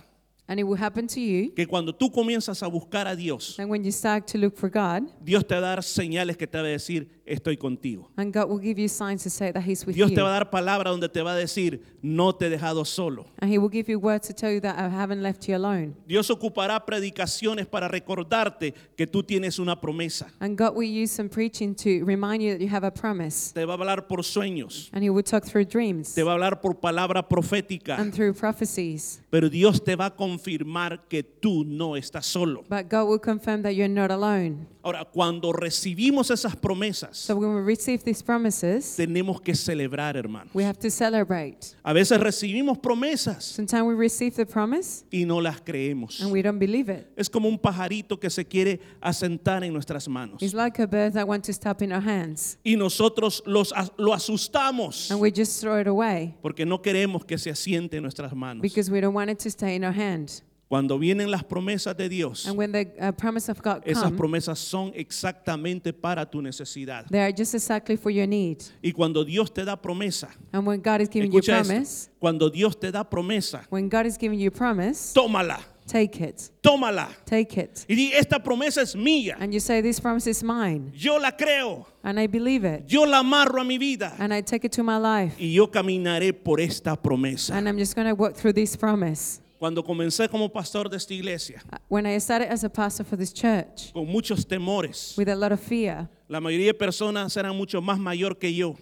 Speaker 2: And it will happen to you.
Speaker 1: que cuando tú comienzas a buscar a Dios,
Speaker 2: And when you start to look for God,
Speaker 1: Dios te va a dar señales que te va a decir, estoy contigo.
Speaker 2: and God will give you signs to say that He's with
Speaker 1: Dios
Speaker 2: you.
Speaker 1: te va a dar palabra donde te va a decir, no te he dejado solo.
Speaker 2: And He will give you words to tell you that I haven't left you alone.
Speaker 1: Dios ocupará predicaciones para recordarte que tú tienes una promesa.
Speaker 2: And God will use some preaching to remind you that you have a promise.
Speaker 1: Te va a hablar por sueños,
Speaker 2: And He will talk through dreams
Speaker 1: te va a hablar por palabra profética,
Speaker 2: and through prophecies.
Speaker 1: pero Dios te va a confirmar que tú no estás solo.
Speaker 2: But God will confirm that you're not alone.
Speaker 1: Ahora, cuando recibimos esas promesas,
Speaker 2: So when we receive these promises,
Speaker 1: tenemos que celebrar, hermanos.
Speaker 2: we have to celebrate.
Speaker 1: A veces recibimos promesas
Speaker 2: Sometimes we receive the promise
Speaker 1: y no las creemos.
Speaker 2: and we don't believe it.
Speaker 1: Es como un pajarito que se quiere asentar en nuestras manos.
Speaker 2: It's like a bird that wants to stop in our hands
Speaker 1: Y nosotros los, as- lo asustamos
Speaker 2: and we just throw it away
Speaker 1: porque no queremos que se asiente en nuestras manos.
Speaker 2: because we don't want it to stay in our hand.
Speaker 1: Cuando vienen las promesas de Dios,
Speaker 2: And when the uh, promise of God
Speaker 1: esas
Speaker 2: comes,
Speaker 1: promesas son exactamente para tu necesidad.
Speaker 2: they are just exactly for your need.
Speaker 1: Y cuando Dios te da promesa,
Speaker 2: And when God is giving you
Speaker 1: escucha esto,
Speaker 2: promise,
Speaker 1: cuando Dios te da promesa,
Speaker 2: when God is giving you promise,
Speaker 1: tómala,
Speaker 2: take it.
Speaker 1: tómala.
Speaker 2: Take it.
Speaker 1: Y di, esta promesa es mía.
Speaker 2: And you say, This promise is mine.
Speaker 1: Yo la creo.
Speaker 2: And I believe it.
Speaker 1: Yo la amarro a mi vida.
Speaker 2: And I take it to my life.
Speaker 1: Y yo caminaré por esta promesa.
Speaker 2: And I'm just going to walk through this promise.
Speaker 1: Cuando comencé como pastor de esta iglesia,
Speaker 2: Uh, When I started as a pastor for this church,
Speaker 1: con muchos temores,
Speaker 2: with a lot of fear,
Speaker 1: la mayoría de personas eran mucho más mayor que yo.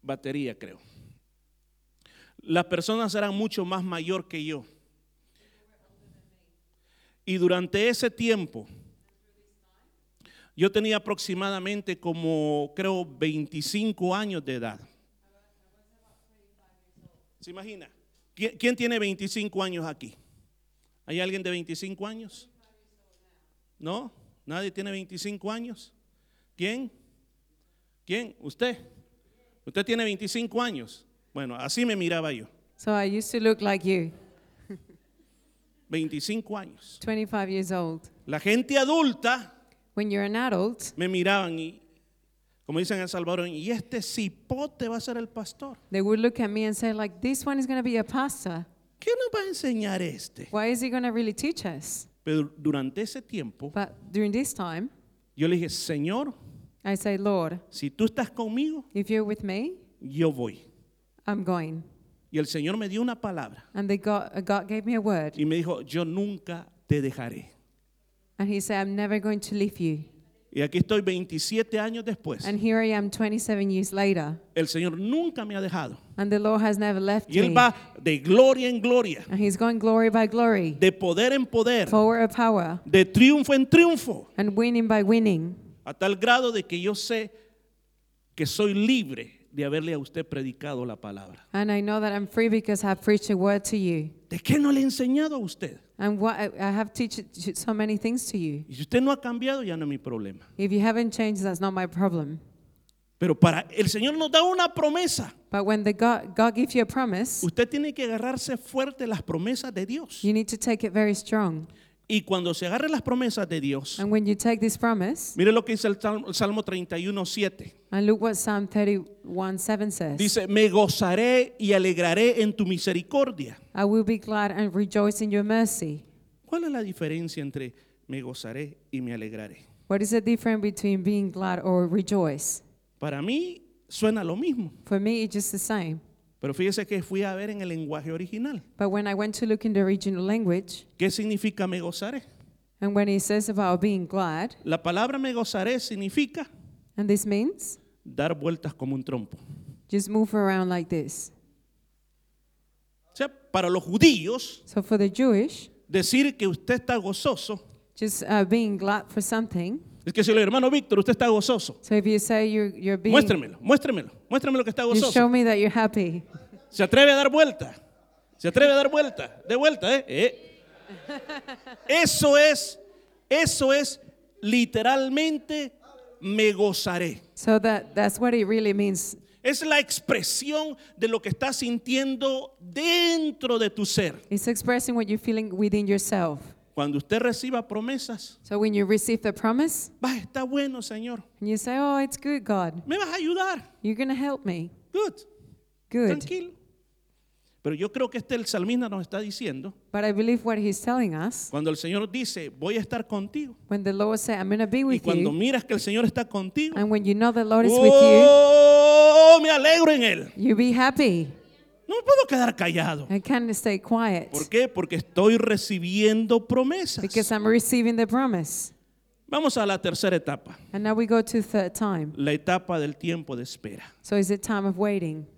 Speaker 1: Batería, creo. Las personas eran mucho más mayor que yo. Y durante ese tiempo, yo tenía aproximadamente como, creo, 25 años de edad. ¿Se imagina? ¿Qui- ¿Quién tiene 25 años aquí? ¿Hay alguien de 25 años? ¿No? ¿Nadie tiene 25 años? ¿Quién? ¿Quién? ¿Usted? ¿Usted tiene 25 años? Bueno, así me miraba yo.
Speaker 2: so I used to look like you,
Speaker 1: 25 años.
Speaker 2: 25 years old.
Speaker 1: La gente adulta
Speaker 2: When you're an adult,
Speaker 1: me miraban y, como dicen en El Salvador, y este cipote va a ser el pastor.
Speaker 2: they would look at me and say, like, this one is going to be a pastor.
Speaker 1: ¿Qué nos va a enseñar este?
Speaker 2: Why is he going to really teach us?
Speaker 1: Pero durante ese tiempo,
Speaker 2: But during this time,
Speaker 1: yo le dije, Señor,
Speaker 2: I say, Lord,
Speaker 1: si tú estás conmigo,
Speaker 2: if you're with me,
Speaker 1: yo voy.
Speaker 2: I'm going.
Speaker 1: Y el Señor me dio una palabra
Speaker 2: And they got, uh, God gave me a word.
Speaker 1: y me dijo, yo nunca te dejaré.
Speaker 2: And he said, I'm never going to leave you.
Speaker 1: Y aquí estoy 27 años después.
Speaker 2: And here I am 27 years later.
Speaker 1: El Señor nunca me ha dejado.
Speaker 2: And the Lord has never left
Speaker 1: Y Él
Speaker 2: me.
Speaker 1: va de gloria en gloria,
Speaker 2: And he's going glory by glory,
Speaker 1: de poder en poder,
Speaker 2: power by power,
Speaker 1: de triunfo en triunfo,
Speaker 2: and winning by winning.
Speaker 1: a tal grado de que yo sé que soy libre de haberle a usted predicado la palabra.
Speaker 2: And I know that I'm free because I've preached a word to you.
Speaker 1: ¿De qué no le he enseñado a usted?
Speaker 2: And what I, I have teached so many things to you.
Speaker 1: Y si usted no ha cambiado, ya no es mi problema.
Speaker 2: If you haven't changed, that's not my problem.
Speaker 1: Pero para el Señor nos da una promesa.
Speaker 2: But when the God, God gives you a promise,
Speaker 1: Usted tiene que agarrarse fuerte las promesas de Dios.
Speaker 2: you need to take it very strong.
Speaker 1: Y cuando se agarre las promesas de Dios,
Speaker 2: And when you take this promise,
Speaker 1: mire lo que dice el Salmo, el Salmo 31, 7.
Speaker 2: and look what Psalm 31 7 says.
Speaker 1: Dice, me gozaré y alegraré en tu misericordia.
Speaker 2: I will be glad and rejoice in your mercy.
Speaker 1: ¿Cuál es la diferencia entre me gozaré y me alegraré?
Speaker 2: What is the difference between being glad or rejoice?
Speaker 1: Para mí suena lo mismo,
Speaker 2: For me, it's just the same.
Speaker 1: pero fíjese que fui a ver en el lenguaje original.
Speaker 2: But when I went to look in the original language,
Speaker 1: ¿Qué significa me gozaré?
Speaker 2: and when it says about being glad,
Speaker 1: La palabra me gozaré significa
Speaker 2: and this means
Speaker 1: dar vueltas como un trompo.
Speaker 2: just move around like this.
Speaker 1: O sea, para los judíos,
Speaker 2: So for the Jewish,
Speaker 1: decir que usted está gozoso,
Speaker 2: just uh, being glad for something.
Speaker 1: es que si le digo, hermano Víctor, usted está gozoso,
Speaker 2: So if you say you're, you're being,
Speaker 1: muéstremelo, muéstremelo, muéstremelo que está
Speaker 2: you show
Speaker 1: gozoso.
Speaker 2: me that you're happy.
Speaker 1: Se atreve a dar vuelta. Se atreve a dar vuelta. De vuelta, ¿eh? Eh. Eso es, eso es literalmente me gozaré.
Speaker 2: So that, that's what it really means.
Speaker 1: Es la expresión de lo que estás sintiendo dentro de tu ser.
Speaker 2: It's expressing what you're feeling within yourself.
Speaker 1: Cuando usted reciba promesas,
Speaker 2: So when you receive the promise,
Speaker 1: va, está bueno, Señor.
Speaker 2: and you say, Oh, it's good, God.
Speaker 1: Me vas a ayudar.
Speaker 2: You're going to help me.
Speaker 1: Good.
Speaker 2: Good.
Speaker 1: Tranquilo. Pero yo creo que este el salmista nos está diciendo,
Speaker 2: But I believe what he's telling us
Speaker 1: cuando el Señor dice, voy a estar contigo.
Speaker 2: when the Lord said, I'm going to be
Speaker 1: Y
Speaker 2: with
Speaker 1: cuando
Speaker 2: you,
Speaker 1: miras que el Señor está contigo,
Speaker 2: and when you know the Lord is with you,
Speaker 1: oh, me alegro en Él.
Speaker 2: you be happy.
Speaker 1: No me puedo quedar callado.
Speaker 2: I can't stay quiet
Speaker 1: ¿Por qué? Porque estoy recibiendo promesas.
Speaker 2: because I'm receiving the promise.
Speaker 1: Vamos a la tercera etapa,
Speaker 2: And now we go to third time.
Speaker 1: la etapa del tiempo de espera.
Speaker 2: So it's a time of waiting.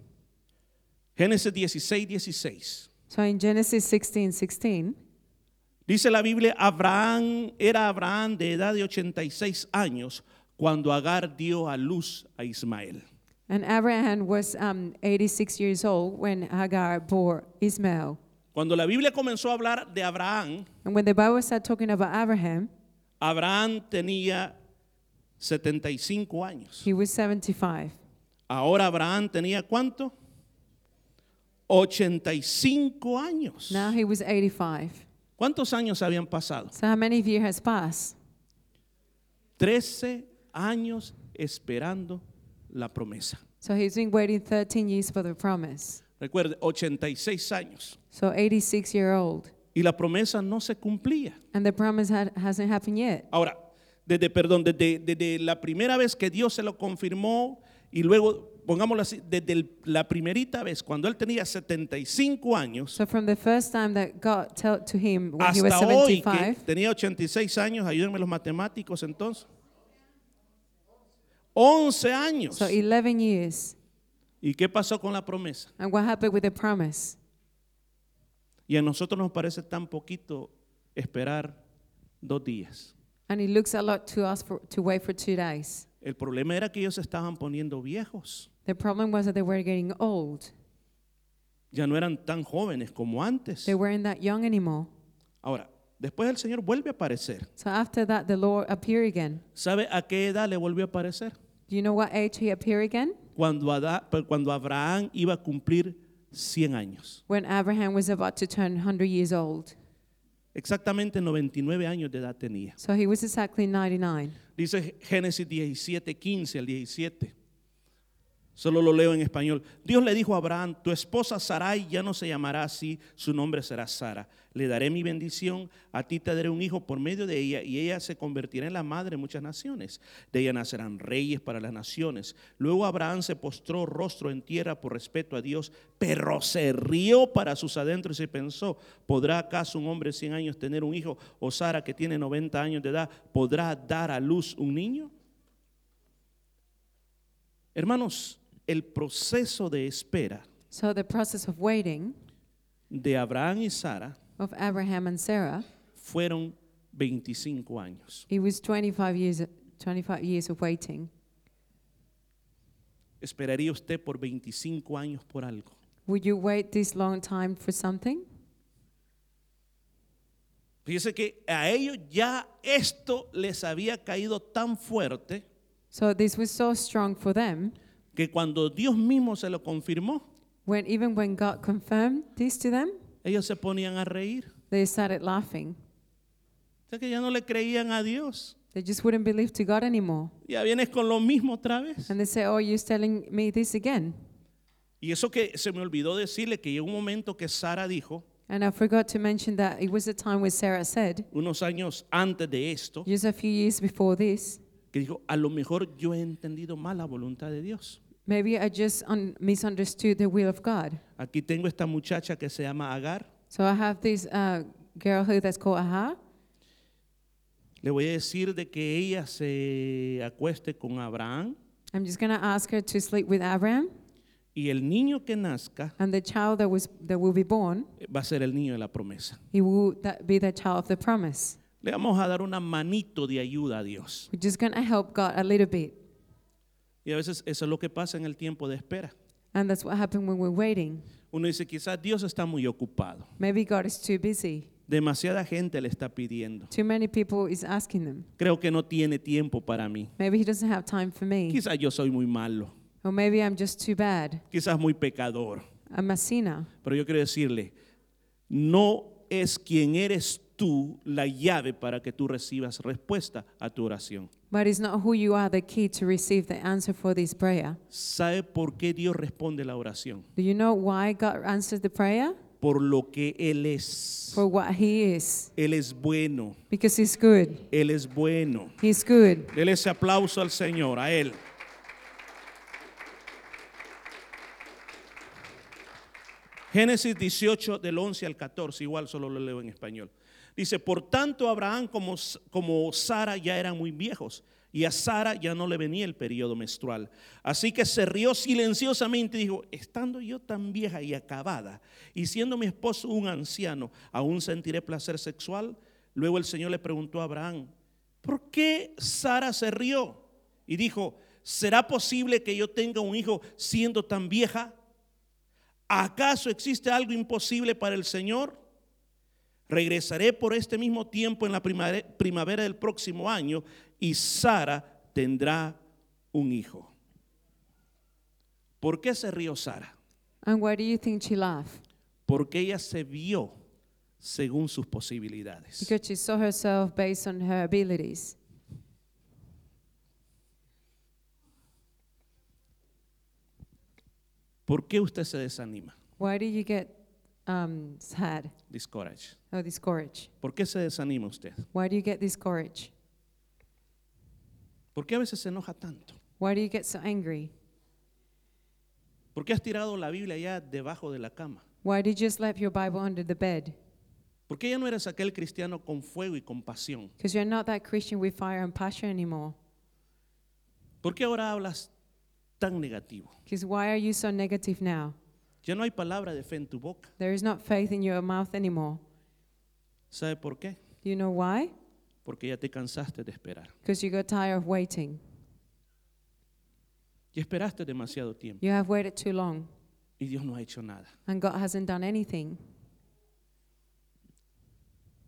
Speaker 1: Génesis 16, 16.
Speaker 2: So in Genesis 16, 16,
Speaker 1: Dice la Biblia, Abraham era Abraham de edad de 86 años cuando Agar dio a luz a Ismael.
Speaker 2: and Abraham was um, 86 years old when Hagar bore Ismail.
Speaker 1: Cuando la Biblia comenzó a hablar de Abraham,
Speaker 2: And when the Bible started talking about Abraham,
Speaker 1: Abraham tenía 75 años.
Speaker 2: he was 75.
Speaker 1: Ahora Abraham tenía cuánto? 85 años.
Speaker 2: Now he was 85.
Speaker 1: ¿Cuántos años habían pasado?
Speaker 2: So how many of you has passed?
Speaker 1: 13 años esperando la promesa.
Speaker 2: So he's been waiting 13 years for the promise.
Speaker 1: Recuerde, 86 años.
Speaker 2: So 86 year old.
Speaker 1: Y la promesa no se cumplía.
Speaker 2: And the promise had, hasn't happened yet.
Speaker 1: Ahora, desde, perdón, desde, desde la primera vez que Dios se lo confirmó y luego, pongámoslo así, desde el- la primerita vez, cuando él tenía 75 años,
Speaker 2: So from the first time that God told to him when he was
Speaker 1: hasta hoy que
Speaker 2: 75,
Speaker 1: tenía 86 años, ayúdenme los matemáticos entonces, 11 años.
Speaker 2: so 11 years.
Speaker 1: ¿Y qué pasó con la promesa?
Speaker 2: And what happened with the promise?
Speaker 1: Y a nosotros nos parece tan poquito esperar dos días.
Speaker 2: And it looks a lot to us for, to wait for two days.
Speaker 1: El problema era que ellos se estaban poniendo viejos.
Speaker 2: The problem was that they were getting old.
Speaker 1: Ya no eran tan jóvenes como antes.
Speaker 2: They weren't that young anymore.
Speaker 1: Ahora, después el Señor vuelve a aparecer.
Speaker 2: So after that, the Lord appeared again.
Speaker 1: ¿Sabe a qué edad le volvió a aparecer?
Speaker 2: Do you know what age he appeared again?
Speaker 1: Cuando, Ada- pues, cuando Abraham iba a cumplir 100 años.
Speaker 2: When Abraham was about to turn 100 years old.
Speaker 1: Exactamente 99 años de edad tenía.
Speaker 2: So he was exactly 99.
Speaker 1: Dice Génesis 17, 15 al 17. Solo lo leo en español. Dios le dijo a Abraham, tu esposa Sarai ya no se llamará así, su nombre será Sara. Le daré mi bendición, a ti te daré un hijo por medio de ella y ella se convertirá en la madre de muchas naciones. De ella nacerán reyes para las naciones. Luego Abraham se postró rostro en tierra por respeto a Dios, pero se rió para sus adentros y pensó, ¿podrá acaso un hombre de 100 años tener un hijo o Sara que tiene 90 años de edad, podrá dar a luz un niño? Hermanos, el proceso de espera
Speaker 2: So the process of waiting
Speaker 1: de Abraham y Sara
Speaker 2: of Abraham and Sarah,
Speaker 1: fueron 25 años.
Speaker 2: it was 25 years, 25 years of waiting.
Speaker 1: ¿Esperaría usted por 25 años por algo?
Speaker 2: Would you wait this long time for something?
Speaker 1: Fíjese que a ellos ya esto les había caído tan fuerte
Speaker 2: So this was so strong for them
Speaker 1: que cuando Dios mismo se lo confirmó,
Speaker 2: when even when God confirmed this to them,
Speaker 1: ellos se ponían a reír.
Speaker 2: they started laughing.
Speaker 1: O sea que ya no le creían a Dios.
Speaker 2: They just wouldn't believe to God anymore.
Speaker 1: Ya vienes con lo mismo otra vez.
Speaker 2: And they say, Oh, you're telling me this again.
Speaker 1: Y eso que se me olvidó decirle, que llegó un momento que Sara dijo,
Speaker 2: And I forgot to mention that it was a time when Sarah said,
Speaker 1: unos años antes de esto,
Speaker 2: just a few years before this,
Speaker 1: que dijo, a lo mejor yo he entendido mal la voluntad de Dios.
Speaker 2: maybe I just un- misunderstood the will of God.
Speaker 1: Aquí tengo esta muchacha que se llama Agar.
Speaker 2: So I have this uh, girl here that's called Aha.
Speaker 1: Le voy a decir de que ella se acueste con Abraham
Speaker 2: I'm just going to ask her to sleep with Abraham.
Speaker 1: y el niño que nazca eh,
Speaker 2: And the child that, was, that will be born,
Speaker 1: va a ser el niño de la promesa.
Speaker 2: he will that be the child of the promise.
Speaker 1: Le vamos a dar una manito de ayuda a Dios.
Speaker 2: We're just going to help God a little bit.
Speaker 1: Y a veces eso es lo que pasa en el tiempo de espera.
Speaker 2: And that's what happened when we're waiting.
Speaker 1: Uno dice, quizás Dios está muy ocupado.
Speaker 2: Maybe God is too busy.
Speaker 1: Demasiada gente le está pidiendo.
Speaker 2: Too many people is asking them.
Speaker 1: Creo que no tiene tiempo para mí.
Speaker 2: Maybe he doesn't have time for me.
Speaker 1: Quizás yo soy muy malo.
Speaker 2: Or maybe I'm just too bad.
Speaker 1: quizás muy pecador.
Speaker 2: I'm a sinner.
Speaker 1: Pero yo quiero decirle, no es quien eres tú la llave para que tú recibas respuesta a tu oración.
Speaker 2: But it's not who you are the key to receive the answer for this prayer.
Speaker 1: ¿Sabe por qué Dios responde la oración?
Speaker 2: Do you know why God answers the prayer?
Speaker 1: Por lo que Él es.
Speaker 2: For what He is.
Speaker 1: Él es bueno,
Speaker 2: Because He's good.
Speaker 1: Él es bueno.
Speaker 2: He's good.
Speaker 1: Dele ese aplauso al Señor, a Él. Génesis 18 del 11 al 14, igual solo lo leo en español. Dice, por tanto Abraham como, S- como Sara ya eran muy viejos y a Sara ya no le venía el periodo menstrual. Así que se rió silenciosamente y dijo, estando yo tan vieja y acabada y siendo mi esposo un anciano, ¿aún sentiré placer sexual? Luego el Señor le preguntó a Abraham, ¿por qué Sara se rió? Y dijo, ¿será posible que yo tenga un hijo siendo tan vieja? ¿Acaso existe algo imposible para el Señor? Regresaré por este mismo tiempo en la primare- primavera del próximo año y Sara tendrá un hijo. ¿Por qué se rió Sara?
Speaker 2: And why do you think she laughed?
Speaker 1: Porque ella se vio según sus posibilidades.
Speaker 2: Because she saw herself based on her abilities.
Speaker 1: ¿Por qué usted se desanima?
Speaker 2: Why do you get um, sad
Speaker 1: Discourage.
Speaker 2: or discouraged?
Speaker 1: ¿Por qué se desanima usted?
Speaker 2: Why do you get discouraged?
Speaker 1: ¿Por qué a veces se enoja tanto?
Speaker 2: Why do you get so angry?
Speaker 1: ¿Por qué has tirado la Biblia allá debajo de la cama?
Speaker 2: Why did you just leave your Bible under the bed?
Speaker 1: ¿Por qué ya no eres aquel cristiano con fuego y con pasión?
Speaker 2: Because you're not that Christian with fire and passion anymore.
Speaker 1: ¿Por qué ahora hablas tan negativo?
Speaker 2: Because why are you so negative now?
Speaker 1: Ya no hay palabra de fe en tu boca.
Speaker 2: There is not faith in your mouth anymore.
Speaker 1: ¿Sabe por qué?
Speaker 2: Do you know why?
Speaker 1: Porque ya te cansaste de esperar.
Speaker 2: Because you got tired of waiting.
Speaker 1: Y esperaste demasiado tiempo
Speaker 2: You have waited too long,
Speaker 1: y Dios no ha hecho nada.
Speaker 2: and God hasn't done anything.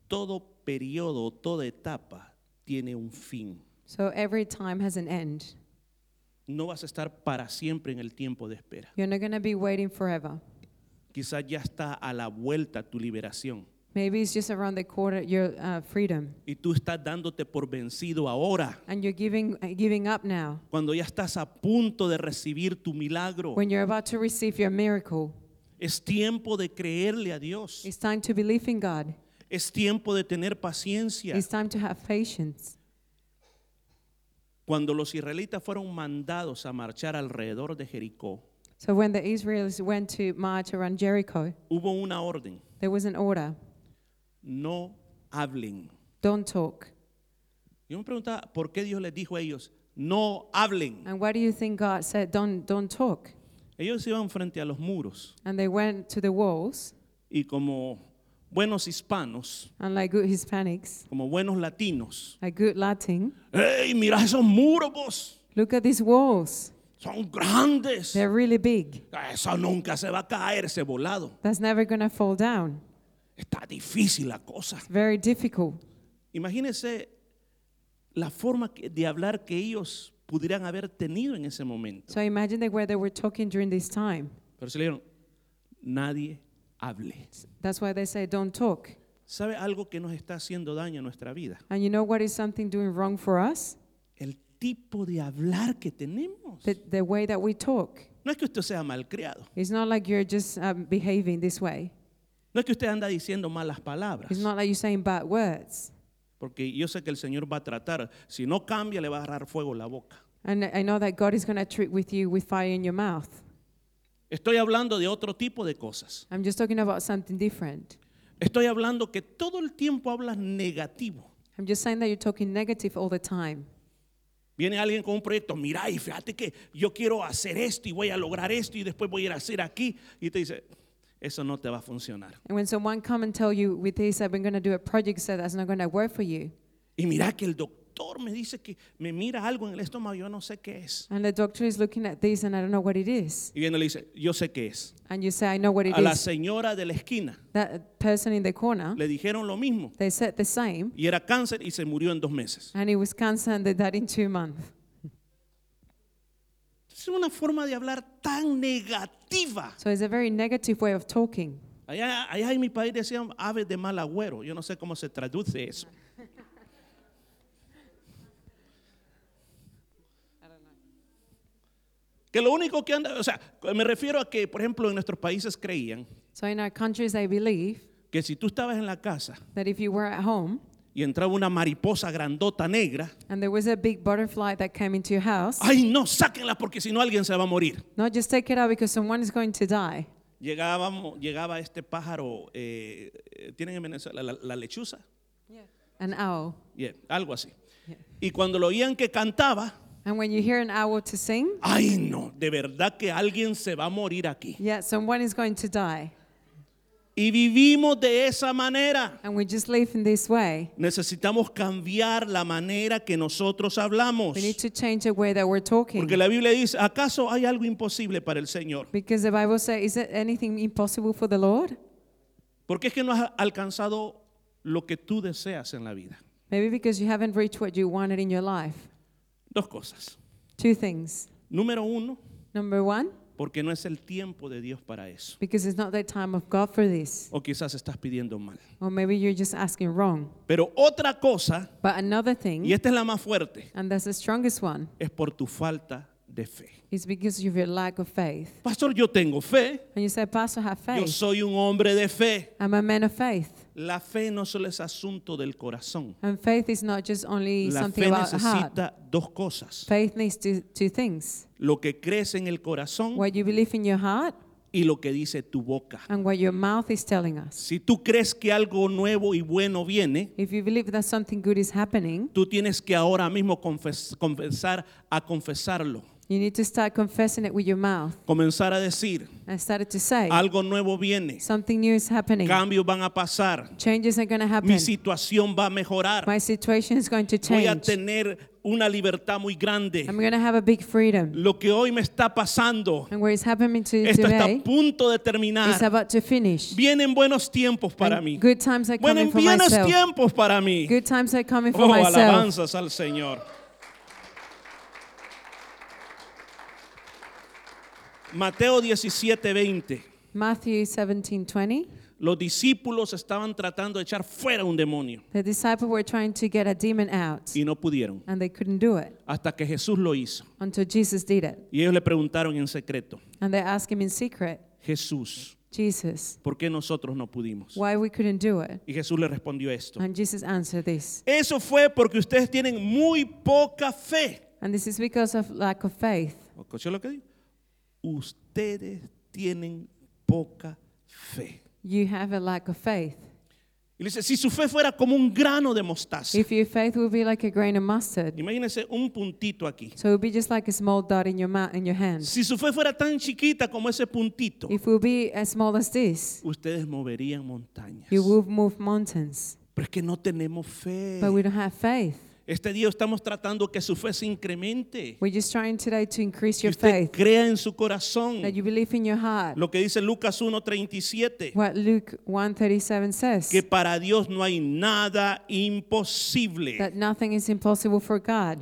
Speaker 1: Todo periodo, toda etapa tiene un fin.
Speaker 2: So every time has an end.
Speaker 1: No vas a estar para siempre en el tiempo de espera.
Speaker 2: You're not going to be waiting forever.
Speaker 1: Quizás ya está a la vuelta tu liberación
Speaker 2: Maybe it's just around the corner your uh, freedom,
Speaker 1: y tú estás dándote por vencido ahora,
Speaker 2: and you're giving uh, giving up now.
Speaker 1: cuando ya estás a punto de recibir tu milagro.
Speaker 2: When you're about to receive your miracle,
Speaker 1: Es tiempo de creerle a Dios.
Speaker 2: it's time to believe in God.
Speaker 1: Es tiempo de tener paciencia.
Speaker 2: It's time to have patience.
Speaker 1: Cuando los israelitas fueron mandados a marchar alrededor de Jericó,
Speaker 2: So when the Israelites went to march around Jericho,
Speaker 1: hubo una orden.
Speaker 2: there was an order:
Speaker 1: No hablen.
Speaker 2: don't talk.
Speaker 1: Yo me preguntaba, ¿por qué Dios les dijo a ellos? No hablen.
Speaker 2: And why do you think God said, "Don't don't talk"?
Speaker 1: Ellos iban frente a los muros
Speaker 2: And they went to the walls,
Speaker 1: y como buenos hispanos,
Speaker 2: and like good Hispanics,
Speaker 1: como buenos latinos,
Speaker 2: like good Latin,
Speaker 1: ¡Ey, mira esos muros vos!
Speaker 2: look at these walls.
Speaker 1: Son grandes.
Speaker 2: They're really big.
Speaker 1: Eso nunca se va a caer ese volado.
Speaker 2: That's never gonna fall down.
Speaker 1: Está difícil la cosa.
Speaker 2: It's very difficult.
Speaker 1: Imagínense la forma que- de hablar que ellos pudieran haber tenido en ese momento.
Speaker 2: So imagine that where they were talking during this time.
Speaker 1: Pero se le dijeron, nadie hable.
Speaker 2: That's why they say don't talk.
Speaker 1: ¿Sabe algo que nos está haciendo daño a nuestra vida?
Speaker 2: And you know what is something doing wrong for us?
Speaker 1: El tipo de hablar que tenemos.
Speaker 2: The, the way that we talk.
Speaker 1: No es que usted sea malcriado.
Speaker 2: It's not like you're just um, behaving this way.
Speaker 1: No es que usted anda diciendo malas palabras.
Speaker 2: It's not like you're saying bad words.
Speaker 1: Porque yo sé que el Señor va a tratar. Si no cambia, le va a agarrar fuego la boca.
Speaker 2: And I know that God is going to treat with you with fire in your mouth.
Speaker 1: Estoy hablando de otro tipo de cosas.
Speaker 2: I'm just talking about something different.
Speaker 1: Estoy hablando que todo el tiempo hablas negativo.
Speaker 2: I'm just saying that you're talking negative all the time.
Speaker 1: Viene alguien con un proyecto, mira, y fíjate que yo quiero hacer esto y voy a lograr esto y después voy a ir a hacer aquí. Y te dice, eso no te va a funcionar.
Speaker 2: And when someone come and tell you with this, I've been going to do a project, so that's not going to work for you.
Speaker 1: Y mira que el doctor me dice que me mira algo en el estómago, yo no sé qué es.
Speaker 2: And the doctor is looking at this, and I don't know what it is.
Speaker 1: Y viene y le dice, yo sé qué es.
Speaker 2: And you say, I know what it
Speaker 1: A la
Speaker 2: is.
Speaker 1: señora de la esquina
Speaker 2: That person in the corner,
Speaker 1: le dijeron lo mismo.
Speaker 2: they said the same,
Speaker 1: Y era cáncer y se murió en dos meses.
Speaker 2: and it was cancer, and they died in two months.
Speaker 1: Es una forma de hablar tan negativa.
Speaker 2: So it's a very negative way of talking.
Speaker 1: Allá, allá en mi país decían aves de mal agüero. Yo no sé cómo se traduce eso. Que lo único que anda, o sea, me refiero a que, por ejemplo, en nuestros países creían
Speaker 2: So in our countries, they believe
Speaker 1: que si tú estabas en la casa
Speaker 2: that if you were at home
Speaker 1: y entraba una mariposa grandota negra,
Speaker 2: and there was a big butterfly that came into your house,
Speaker 1: ay no, sáquenla porque si no alguien se va a morir.
Speaker 2: not just take it out because someone is going to die.
Speaker 1: Llegábamos, llegaba este pájaro, eh, eh, tienen en Venezuela la, la lechuza,
Speaker 2: An owl.
Speaker 1: Yeah, algo así. Y cuando lo oían que cantaba,
Speaker 2: And when you hear an owl to sing,
Speaker 1: ay no, de verdad que alguien se va a morir aquí.
Speaker 2: yeah, someone is going to die.
Speaker 1: Y vivimos de esa manera.
Speaker 2: And we just live in this way.
Speaker 1: Necesitamos cambiar la manera que nosotros hablamos.
Speaker 2: We need to change the way that we're talking.
Speaker 1: Porque la Biblia dice, ¿acaso hay algo imposible para el Señor?
Speaker 2: Because the Bible says, is it anything impossible for the Lord?
Speaker 1: Porque es que no has alcanzado lo que tú deseas en la vida.
Speaker 2: Maybe because you haven't reached what you wanted in your life.
Speaker 1: Dos cosas.
Speaker 2: Two things.
Speaker 1: Número uno,
Speaker 2: Number one,
Speaker 1: porque no es el tiempo de Dios para eso.
Speaker 2: because it's not the time of God for this.
Speaker 1: O quizás estás pidiendo mal.
Speaker 2: Or maybe you're just asking wrong.
Speaker 1: Pero otra cosa,
Speaker 2: But another
Speaker 1: y
Speaker 2: thing,
Speaker 1: esta es la más fuerte,
Speaker 2: and that's the strongest one,
Speaker 1: es por tu falta de fe.
Speaker 2: is because of your lack of faith.
Speaker 1: Pastor, yo tengo fe.
Speaker 2: And you say, Pastor, have
Speaker 1: Yo
Speaker 2: faith.
Speaker 1: soy un hombre de fe.
Speaker 2: I'm a man of faith.
Speaker 1: La fe no solo es asunto del corazón.
Speaker 2: And faith is not just only
Speaker 1: La
Speaker 2: something
Speaker 1: fe
Speaker 2: about the heart.
Speaker 1: necesita dos cosas.
Speaker 2: Faith needs two, two things
Speaker 1: Lo que crees en el corazón
Speaker 2: what you believe in your heart
Speaker 1: y lo que dice tu boca.
Speaker 2: and what your mouth is telling us.
Speaker 1: Si tú crees que algo nuevo y bueno viene,
Speaker 2: If you believe that something good is happening,
Speaker 1: tú tienes que ahora mismo confes- confesar a confesarlo.
Speaker 2: you need to start confessing it with your mouth.
Speaker 1: Comenzar a decir,
Speaker 2: I started to say,
Speaker 1: algo nuevo viene,
Speaker 2: something new is happening.
Speaker 1: cambios van a pasar,
Speaker 2: Changes are going to happen.
Speaker 1: mi situación va a mejorar,
Speaker 2: My situation is going to
Speaker 1: voy a
Speaker 2: change.
Speaker 1: tener una libertad muy grande.
Speaker 2: I'm going to have a big freedom.
Speaker 1: Lo que hoy me está pasando,
Speaker 2: And what is happening to you
Speaker 1: esto está
Speaker 2: today
Speaker 1: a punto de
Speaker 2: is
Speaker 1: terminar.
Speaker 2: about to finish.
Speaker 1: Vienen buenos tiempos para
Speaker 2: And
Speaker 1: mí.
Speaker 2: Good times are coming
Speaker 1: Vienen
Speaker 2: for
Speaker 1: buenos
Speaker 2: myself.
Speaker 1: tiempos para mí.
Speaker 2: Good times are coming for
Speaker 1: Oh,
Speaker 2: myself.
Speaker 1: alabanzas al Señor. Mateo 17, 20.
Speaker 2: Matthew 17:20.
Speaker 1: Los discípulos estaban tratando de echar fuera un demonio
Speaker 2: The disciples were trying to get a demon out,
Speaker 1: y no pudieron
Speaker 2: and they couldn't do it
Speaker 1: hasta que Jesús lo hizo.
Speaker 2: until Jesus did it.
Speaker 1: Y ellos le preguntaron en secreto,
Speaker 2: And they asked him in secret,
Speaker 1: Jesús,
Speaker 2: Jesus,
Speaker 1: ¿por qué nosotros no pudimos?
Speaker 2: why we couldn't do it?
Speaker 1: Y Jesús le respondió esto.
Speaker 2: And Jesus answered this.
Speaker 1: Eso fue porque ustedes tienen muy poca fe.
Speaker 2: And this is because of lack of faith.
Speaker 1: ¿Escuchó lo que dijo? Ustedes tienen poca fe.
Speaker 2: You have a lack of faith.
Speaker 1: Y le dice, si su fe fuera como un grano de mostaza,
Speaker 2: If your faith will be like a grain of mustard,
Speaker 1: imagínense un puntito aquí.
Speaker 2: so it will be just like a small dot in your mouth, in your hand.
Speaker 1: Si su fe fuera tan chiquita como ese puntito,
Speaker 2: If it will be as small as this,
Speaker 1: ustedes moverían montañas.
Speaker 2: you will move mountains.
Speaker 1: Pero es que no tenemos fe.
Speaker 2: But we don't have faith.
Speaker 1: Este día estamos tratando que su fe se incremente.
Speaker 2: We're just trying today to increase
Speaker 1: Que
Speaker 2: your
Speaker 1: usted
Speaker 2: faith,
Speaker 1: crea en su corazón
Speaker 2: that you believe in your heart.
Speaker 1: lo que dice Lucas 1:37,
Speaker 2: What Luke 1:37 says,
Speaker 1: que para Dios no hay nada imposible.
Speaker 2: that nothing is impossible for God.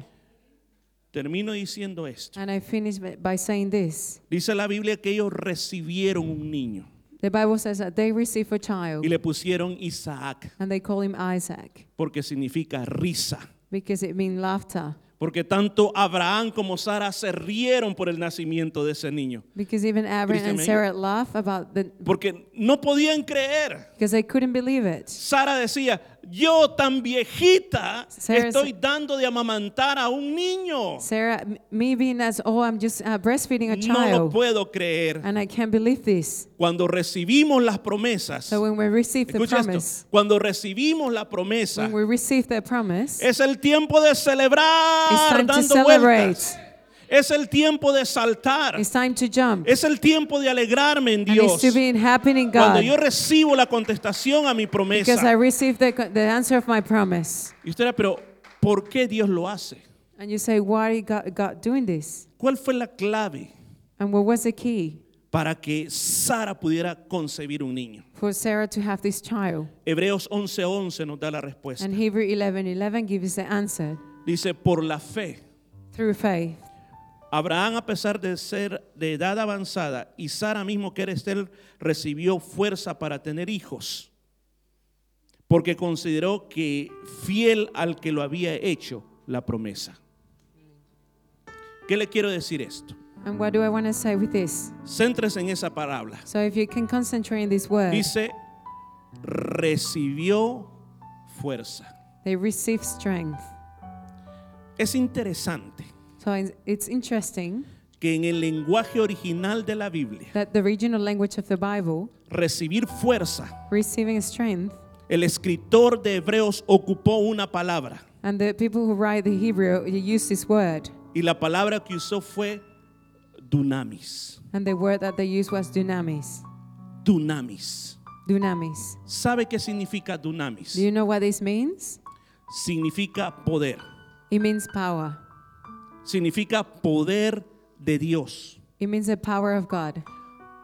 Speaker 1: Termino diciendo esto.
Speaker 2: And I finish by- by saying this.
Speaker 1: Dice la Biblia que ellos recibieron
Speaker 2: Mm.
Speaker 1: un niño
Speaker 2: The Bible says that they receive a child
Speaker 1: y le pusieron Isaac.
Speaker 2: and they call him Isaac
Speaker 1: porque significa risa.
Speaker 2: because it means laughter.
Speaker 1: Porque tanto Abraham como Sara se rieron por el nacimiento de ese niño.
Speaker 2: Because even Aaron
Speaker 1: Cristian,
Speaker 2: and
Speaker 1: me-
Speaker 2: Sarah laugh about the
Speaker 1: Porque no podían creer.
Speaker 2: because they couldn't believe it.
Speaker 1: Sara decía, yo tan viejita
Speaker 2: Sarah
Speaker 1: estoy
Speaker 2: se-
Speaker 1: dando de amamantar a un niño.
Speaker 2: Sarah, m- me being as oh, I'm just uh, breastfeeding a
Speaker 1: No lo
Speaker 2: child,
Speaker 1: puedo creer.
Speaker 2: and I can't believe this.
Speaker 1: Cuando recibimos las promesas,
Speaker 2: So when we receive the
Speaker 1: escucha
Speaker 2: promise,
Speaker 1: esto, cuando recibimos la promesa,
Speaker 2: when we receive the promise,
Speaker 1: es el tiempo de
Speaker 2: It's
Speaker 1: celebrar
Speaker 2: time to
Speaker 1: dando vueltas. Es el tiempo de saltar.
Speaker 2: it's time to jump.
Speaker 1: Es el tiempo de alegrarme en
Speaker 2: and
Speaker 1: Dios.
Speaker 2: it's to be happy in
Speaker 1: Cuando
Speaker 2: God
Speaker 1: yo recibo la contestación a mi
Speaker 2: because I
Speaker 1: promesa.
Speaker 2: received the, co- the answer of my promise.
Speaker 1: Y usted dirá, pero ¿por qué Dios lo hace?
Speaker 2: And you say, why is God, God doing this?
Speaker 1: ¿Cuál fue la clave
Speaker 2: And what was the key
Speaker 1: para que Sara pudiera concebir un niño?
Speaker 2: for Sarah to have this child?
Speaker 1: Hebreos 11:11 nos da la respuesta.
Speaker 2: And Hebrew 11:11 gives us the answer
Speaker 1: Dice, por la fe
Speaker 2: through faith.
Speaker 1: Abraham, a pesar de ser de edad avanzada, y Sara mismo que era Esther, recibió fuerza para tener hijos, porque consideró que fiel al que lo había hecho la promesa. ¿Qué le quiero decir esto?
Speaker 2: And what do I want to say with this?
Speaker 1: Céntrese en esa palabra.
Speaker 2: So if you can concentrate in this word,
Speaker 1: Dice, recibió fuerza.
Speaker 2: they receive strength.
Speaker 1: Es interesante
Speaker 2: So it's- it's interesting
Speaker 1: que en el lenguaje original de la Biblia,
Speaker 2: that the original language of the Bible,
Speaker 1: recibir fuerza,
Speaker 2: receiving strength,
Speaker 1: el escritor de Hebreos ocupó una palabra
Speaker 2: and the people who write the Hebrew use this word,
Speaker 1: y la palabra que usó fue dunamis.
Speaker 2: and the word that they used was dunamis.
Speaker 1: Dunamis.
Speaker 2: Dunamis.
Speaker 1: ¿Sabe qué significa
Speaker 2: Do
Speaker 1: dunamis?
Speaker 2: you know what this means?
Speaker 1: Significa poder.
Speaker 2: It means power.
Speaker 1: Significa poder de Dios.
Speaker 2: It means the power of God.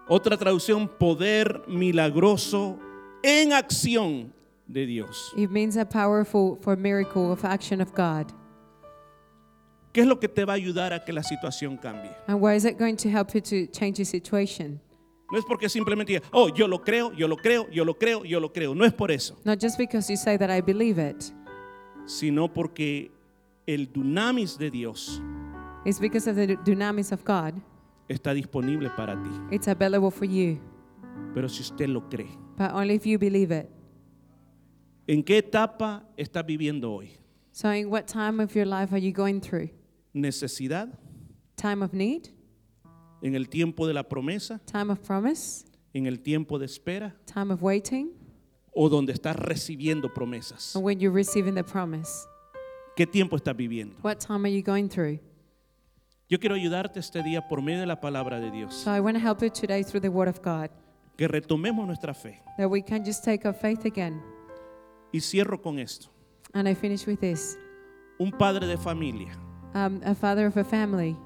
Speaker 1: Otra traducción, poder milagroso en acción de Dios.
Speaker 2: It means a powerful for miracle of action of God.
Speaker 1: ¿Qué es lo que te va a ayudar a que la situación cambie?
Speaker 2: And where is it going to help you to change your situation?
Speaker 1: No es porque simplemente diga, oh, yo lo creo, yo lo creo, yo lo creo, yo lo creo. No es por eso,
Speaker 2: Not just because you say that I believe it.
Speaker 1: sino porque el dunamis de Dios
Speaker 2: It's because of the dunamis of God.
Speaker 1: está disponible para ti.
Speaker 2: It's available for you,
Speaker 1: Pero si usted lo cree,
Speaker 2: but only if you believe it.
Speaker 1: ¿en qué etapa estás viviendo hoy?
Speaker 2: So, in what time of your life are you going through?
Speaker 1: ¿Necesidad?
Speaker 2: Time of need?
Speaker 1: ¿En el tiempo de la promesa?
Speaker 2: Time of promise?
Speaker 1: ¿En el tiempo de espera?
Speaker 2: Time of waiting?
Speaker 1: ¿O donde estás recibiendo promesas?
Speaker 2: And when you're receiving the promise?
Speaker 1: ¿Qué tiempo estás viviendo?
Speaker 2: What time are you going through?
Speaker 1: Yo quiero ayudarte este día por medio de la palabra de Dios,
Speaker 2: So, I want to help you today through the Word of God
Speaker 1: que retomemos nuestra fe.
Speaker 2: that we can just take our faith again.
Speaker 1: Y cierro con esto.
Speaker 2: And I finish with this.
Speaker 1: Un padre de familia
Speaker 2: Um, a father of a family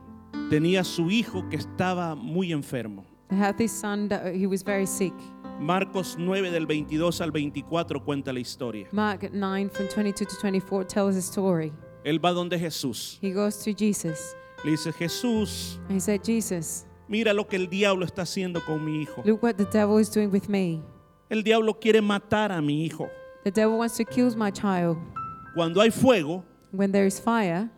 Speaker 1: tenía su hijo que estaba muy enfermo.
Speaker 2: I had this son that uh, he was very sick.
Speaker 1: Marcos 9 del 22 al 24 cuenta la historia.
Speaker 2: Mark 9 from 22 to 24 tells a story.
Speaker 1: Él va donde Jesús.
Speaker 2: He goes to Jesus
Speaker 1: Le dice, Jesús,
Speaker 2: and he said, Jesus,
Speaker 1: mira lo que el diablo está haciendo con mi hijo.
Speaker 2: look what the devil is doing with me.
Speaker 1: El diablo quiere matar a mi hijo.
Speaker 2: The devil wants to kill my child.
Speaker 1: Cuando hay fuego,
Speaker 2: When there is fire,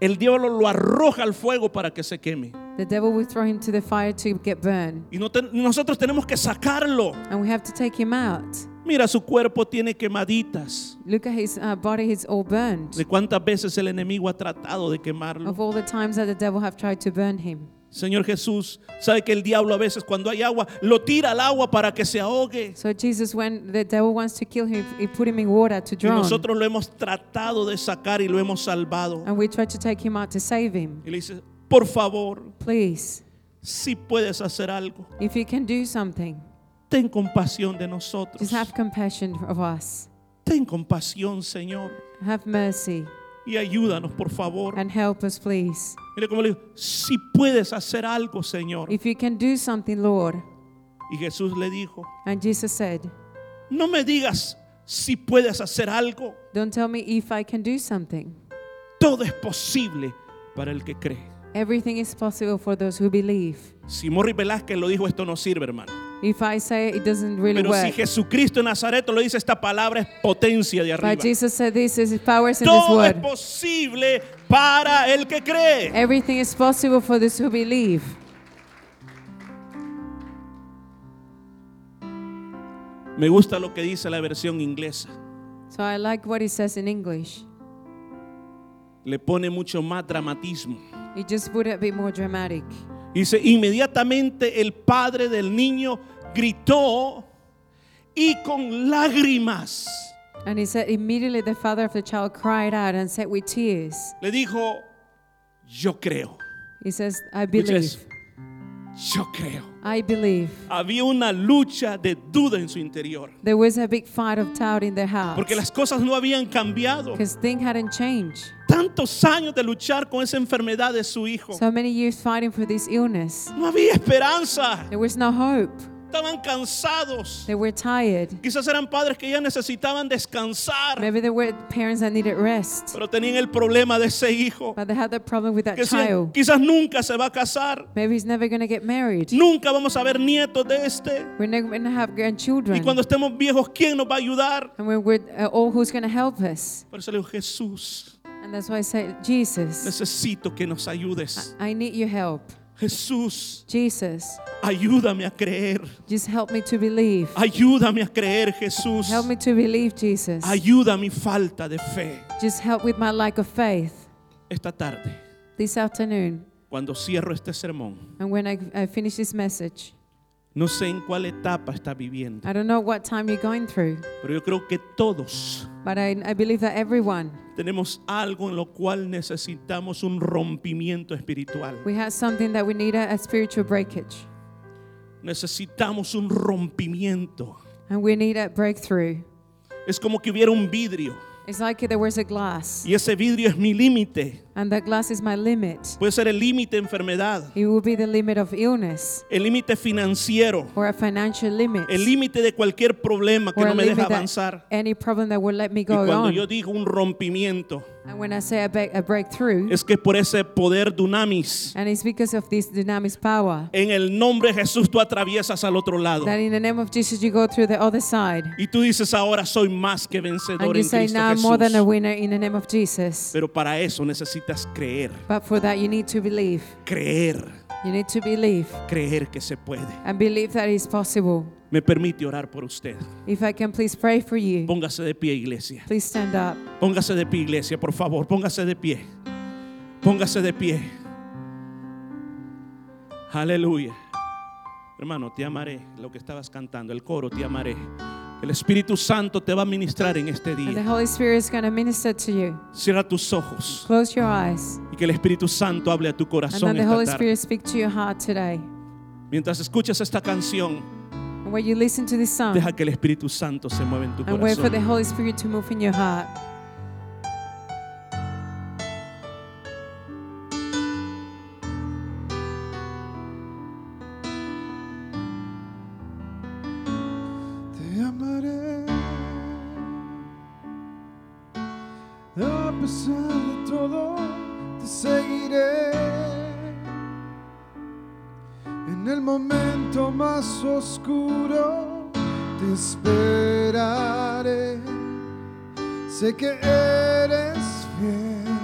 Speaker 1: el diablo lo arroja al fuego para que se queme.
Speaker 2: the devil will throw him to the fire to get burned.
Speaker 1: Y no te- nosotros tenemos que sacarlo.
Speaker 2: And we have to take him out.
Speaker 1: Mira, su cuerpo tiene quemaditas.
Speaker 2: Look at his uh, body, he's all burned.
Speaker 1: De cuántas veces el enemigo ha tratado de quemarlo.
Speaker 2: Of all the times that the devil have tried to burn him.
Speaker 1: Señor Jesús, sabe que el diablo a veces cuando hay agua lo tira al agua para que se ahogue.
Speaker 2: So Jesus, when the devil wants to kill him, he put him in water to
Speaker 1: Y
Speaker 2: drown.
Speaker 1: nosotros lo hemos tratado de sacar y lo hemos salvado.
Speaker 2: And we try to take him out to save him.
Speaker 1: Y le dice, por favor,
Speaker 2: Please,
Speaker 1: si puedes hacer algo,
Speaker 2: if you can do something,
Speaker 1: ten compasión de nosotros.
Speaker 2: just have compassion of us.
Speaker 1: Ten compasión, Señor,
Speaker 2: Have mercy
Speaker 1: y ayúdanos, por favor.
Speaker 2: and help us, please.
Speaker 1: Mire cómo le digo, si puedes hacer algo, Señor.
Speaker 2: If you can do something, Lord.
Speaker 1: Y Jesús le dijo,
Speaker 2: And Jesus said,
Speaker 1: no me digas si puedes hacer algo.
Speaker 2: Don't tell me if I can do something.
Speaker 1: Todo es posible para el que cree.
Speaker 2: Everything is possible for those who believe.
Speaker 1: Si Morris Velázquez lo dijo, esto no sirve, hermano.
Speaker 2: If I say it, it doesn't really
Speaker 1: Pero si
Speaker 2: work.
Speaker 1: Jesucristo en Nazaret lo dice, esta palabra es potencia de
Speaker 2: But
Speaker 1: arriba.
Speaker 2: Jesus said this is powers in this
Speaker 1: Todo es
Speaker 2: word. Eh.
Speaker 1: posible para el que cree.
Speaker 2: Everything is possible for those who believe.
Speaker 1: Me gusta lo que dice la versión inglesa.
Speaker 2: So I like what it says in English.
Speaker 1: Le pone mucho más dramatismo.
Speaker 2: It just would have been more dramatic.
Speaker 1: Dice, inmediatamente el padre del niño gritó y con lágrimas
Speaker 2: And he said, immediately the father of the child cried out and said with tears,
Speaker 1: le dijo, yo creo,
Speaker 2: He says, I
Speaker 1: Escucha eso.
Speaker 2: believe.
Speaker 1: yo creo.
Speaker 2: I believe.
Speaker 1: Había una lucha de duda en su interior.
Speaker 2: There was a big fight of doubt in their heart
Speaker 1: Porque las cosas no habían cambiado.
Speaker 2: because things hadn't changed.
Speaker 1: Tantos años de luchar con esa enfermedad de su hijo.
Speaker 2: So many years fighting for this illness.
Speaker 1: No había esperanza.
Speaker 2: There was no hope.
Speaker 1: Estaban cansados.
Speaker 2: They were tired.
Speaker 1: Quizás eran padres que ya necesitaban descansar,
Speaker 2: Maybe there were parents that needed rest,
Speaker 1: pero tenían el problema de ese hijo.
Speaker 2: but they had that problem with that
Speaker 1: Que decían,
Speaker 2: child.
Speaker 1: quizás nunca se va a casar,
Speaker 2: Maybe he's never going to get married.
Speaker 1: nunca vamos a ver nietos de este.
Speaker 2: We're never going to have
Speaker 1: Y
Speaker 2: grandchildren.
Speaker 1: cuando estemos viejos, ¿quién nos va a ayudar?
Speaker 2: And when we're uh, all who's going to help us.
Speaker 1: Por eso le digo, Jesús,
Speaker 2: And that's why I say, Jesus,
Speaker 1: necesito que nos ayudes.
Speaker 2: I need your help.
Speaker 1: Jesús,
Speaker 2: Jesus,
Speaker 1: ayúdame a creer.
Speaker 2: just help me to believe.
Speaker 1: Ayúdame a creer, Jesús.
Speaker 2: Help me to believe, Jesus.
Speaker 1: Ayuda a mi falta de fe.
Speaker 2: Just help with my lack of faith.
Speaker 1: Esta tarde,
Speaker 2: This afternoon,
Speaker 1: cuando cierro este sermón,
Speaker 2: and when I, I finish this message,
Speaker 1: no sé en cuál etapa está viviendo,
Speaker 2: I don't know what time you're going through,
Speaker 1: pero yo creo que todos
Speaker 2: but I, I believe that everyone,
Speaker 1: tenemos algo en lo cual necesitamos un rompimiento espiritual.
Speaker 2: we have something that we need a, a spiritual breakage,
Speaker 1: Necesitamos un rompimiento.
Speaker 2: and we need a breakthrough.
Speaker 1: Es como que hubiera un vidrio
Speaker 2: It's like there was a glass,
Speaker 1: y ese vidrio es mi límite.
Speaker 2: and that glass is my limit.
Speaker 1: Puede ser el límite de enfermedad,
Speaker 2: It will be the limit of illness
Speaker 1: el límite financiero,
Speaker 2: or a financial limit.
Speaker 1: el límite de cualquier problema que
Speaker 2: or
Speaker 1: no
Speaker 2: a
Speaker 1: me deja
Speaker 2: limit that-
Speaker 1: avanzar.
Speaker 2: any problem that will let me
Speaker 1: Y
Speaker 2: go
Speaker 1: cuando
Speaker 2: on.
Speaker 1: yo digo un rompimiento,
Speaker 2: and when I say a, break, a breakthrough,
Speaker 1: es que por ese poder dunamis,
Speaker 2: and it's because of this dynamic power,
Speaker 1: en el nombre de Jesús tú atraviesas al otro lado.
Speaker 2: that in the name of Jesus you go through the other side.
Speaker 1: Y tú dices ahora soy más que
Speaker 2: And
Speaker 1: vencedor
Speaker 2: you
Speaker 1: en
Speaker 2: say,
Speaker 1: Cristo
Speaker 2: now I'm more than a
Speaker 1: Jesús.
Speaker 2: winner in the name of Jesus.
Speaker 1: Pero para eso necesitas creer,
Speaker 2: But for that, you need to believe.
Speaker 1: creer,
Speaker 2: You need to believe
Speaker 1: creer que se puede.
Speaker 2: and believe that it's possible.
Speaker 1: Me permite orar por usted.
Speaker 2: If I can please pray for you,
Speaker 1: Póngase de pie, iglesia.
Speaker 2: please stand up.
Speaker 1: Póngase de pie, iglesia, por favor. Póngase de pie. Póngase de pie. Aleluya. Hermano, te amaré. Lo que estabas cantando, el coro, te amaré. El Espíritu Santo te va a ministrar en este
Speaker 2: And the
Speaker 1: día.
Speaker 2: Holy Spirit is going to minister to you.
Speaker 1: Cierra tus ojos
Speaker 2: Close your eyes.
Speaker 1: y que el Espíritu Santo hable a tu
Speaker 2: And
Speaker 1: corazón
Speaker 2: then the
Speaker 1: esta
Speaker 2: Holy
Speaker 1: tarde.
Speaker 2: Spirit speak to your heart today.
Speaker 1: Mientras escuchas esta canción,
Speaker 2: And when you listen to this song,
Speaker 1: deja que el Espíritu Santo se mueva en tu
Speaker 2: and wait for the
Speaker 1: corazón.
Speaker 2: Holy Spirit to move in your heart.
Speaker 3: Te amaré a pesar de todo, te seguiré en el momento más oscuro, te esperaré. Sé que eres fiel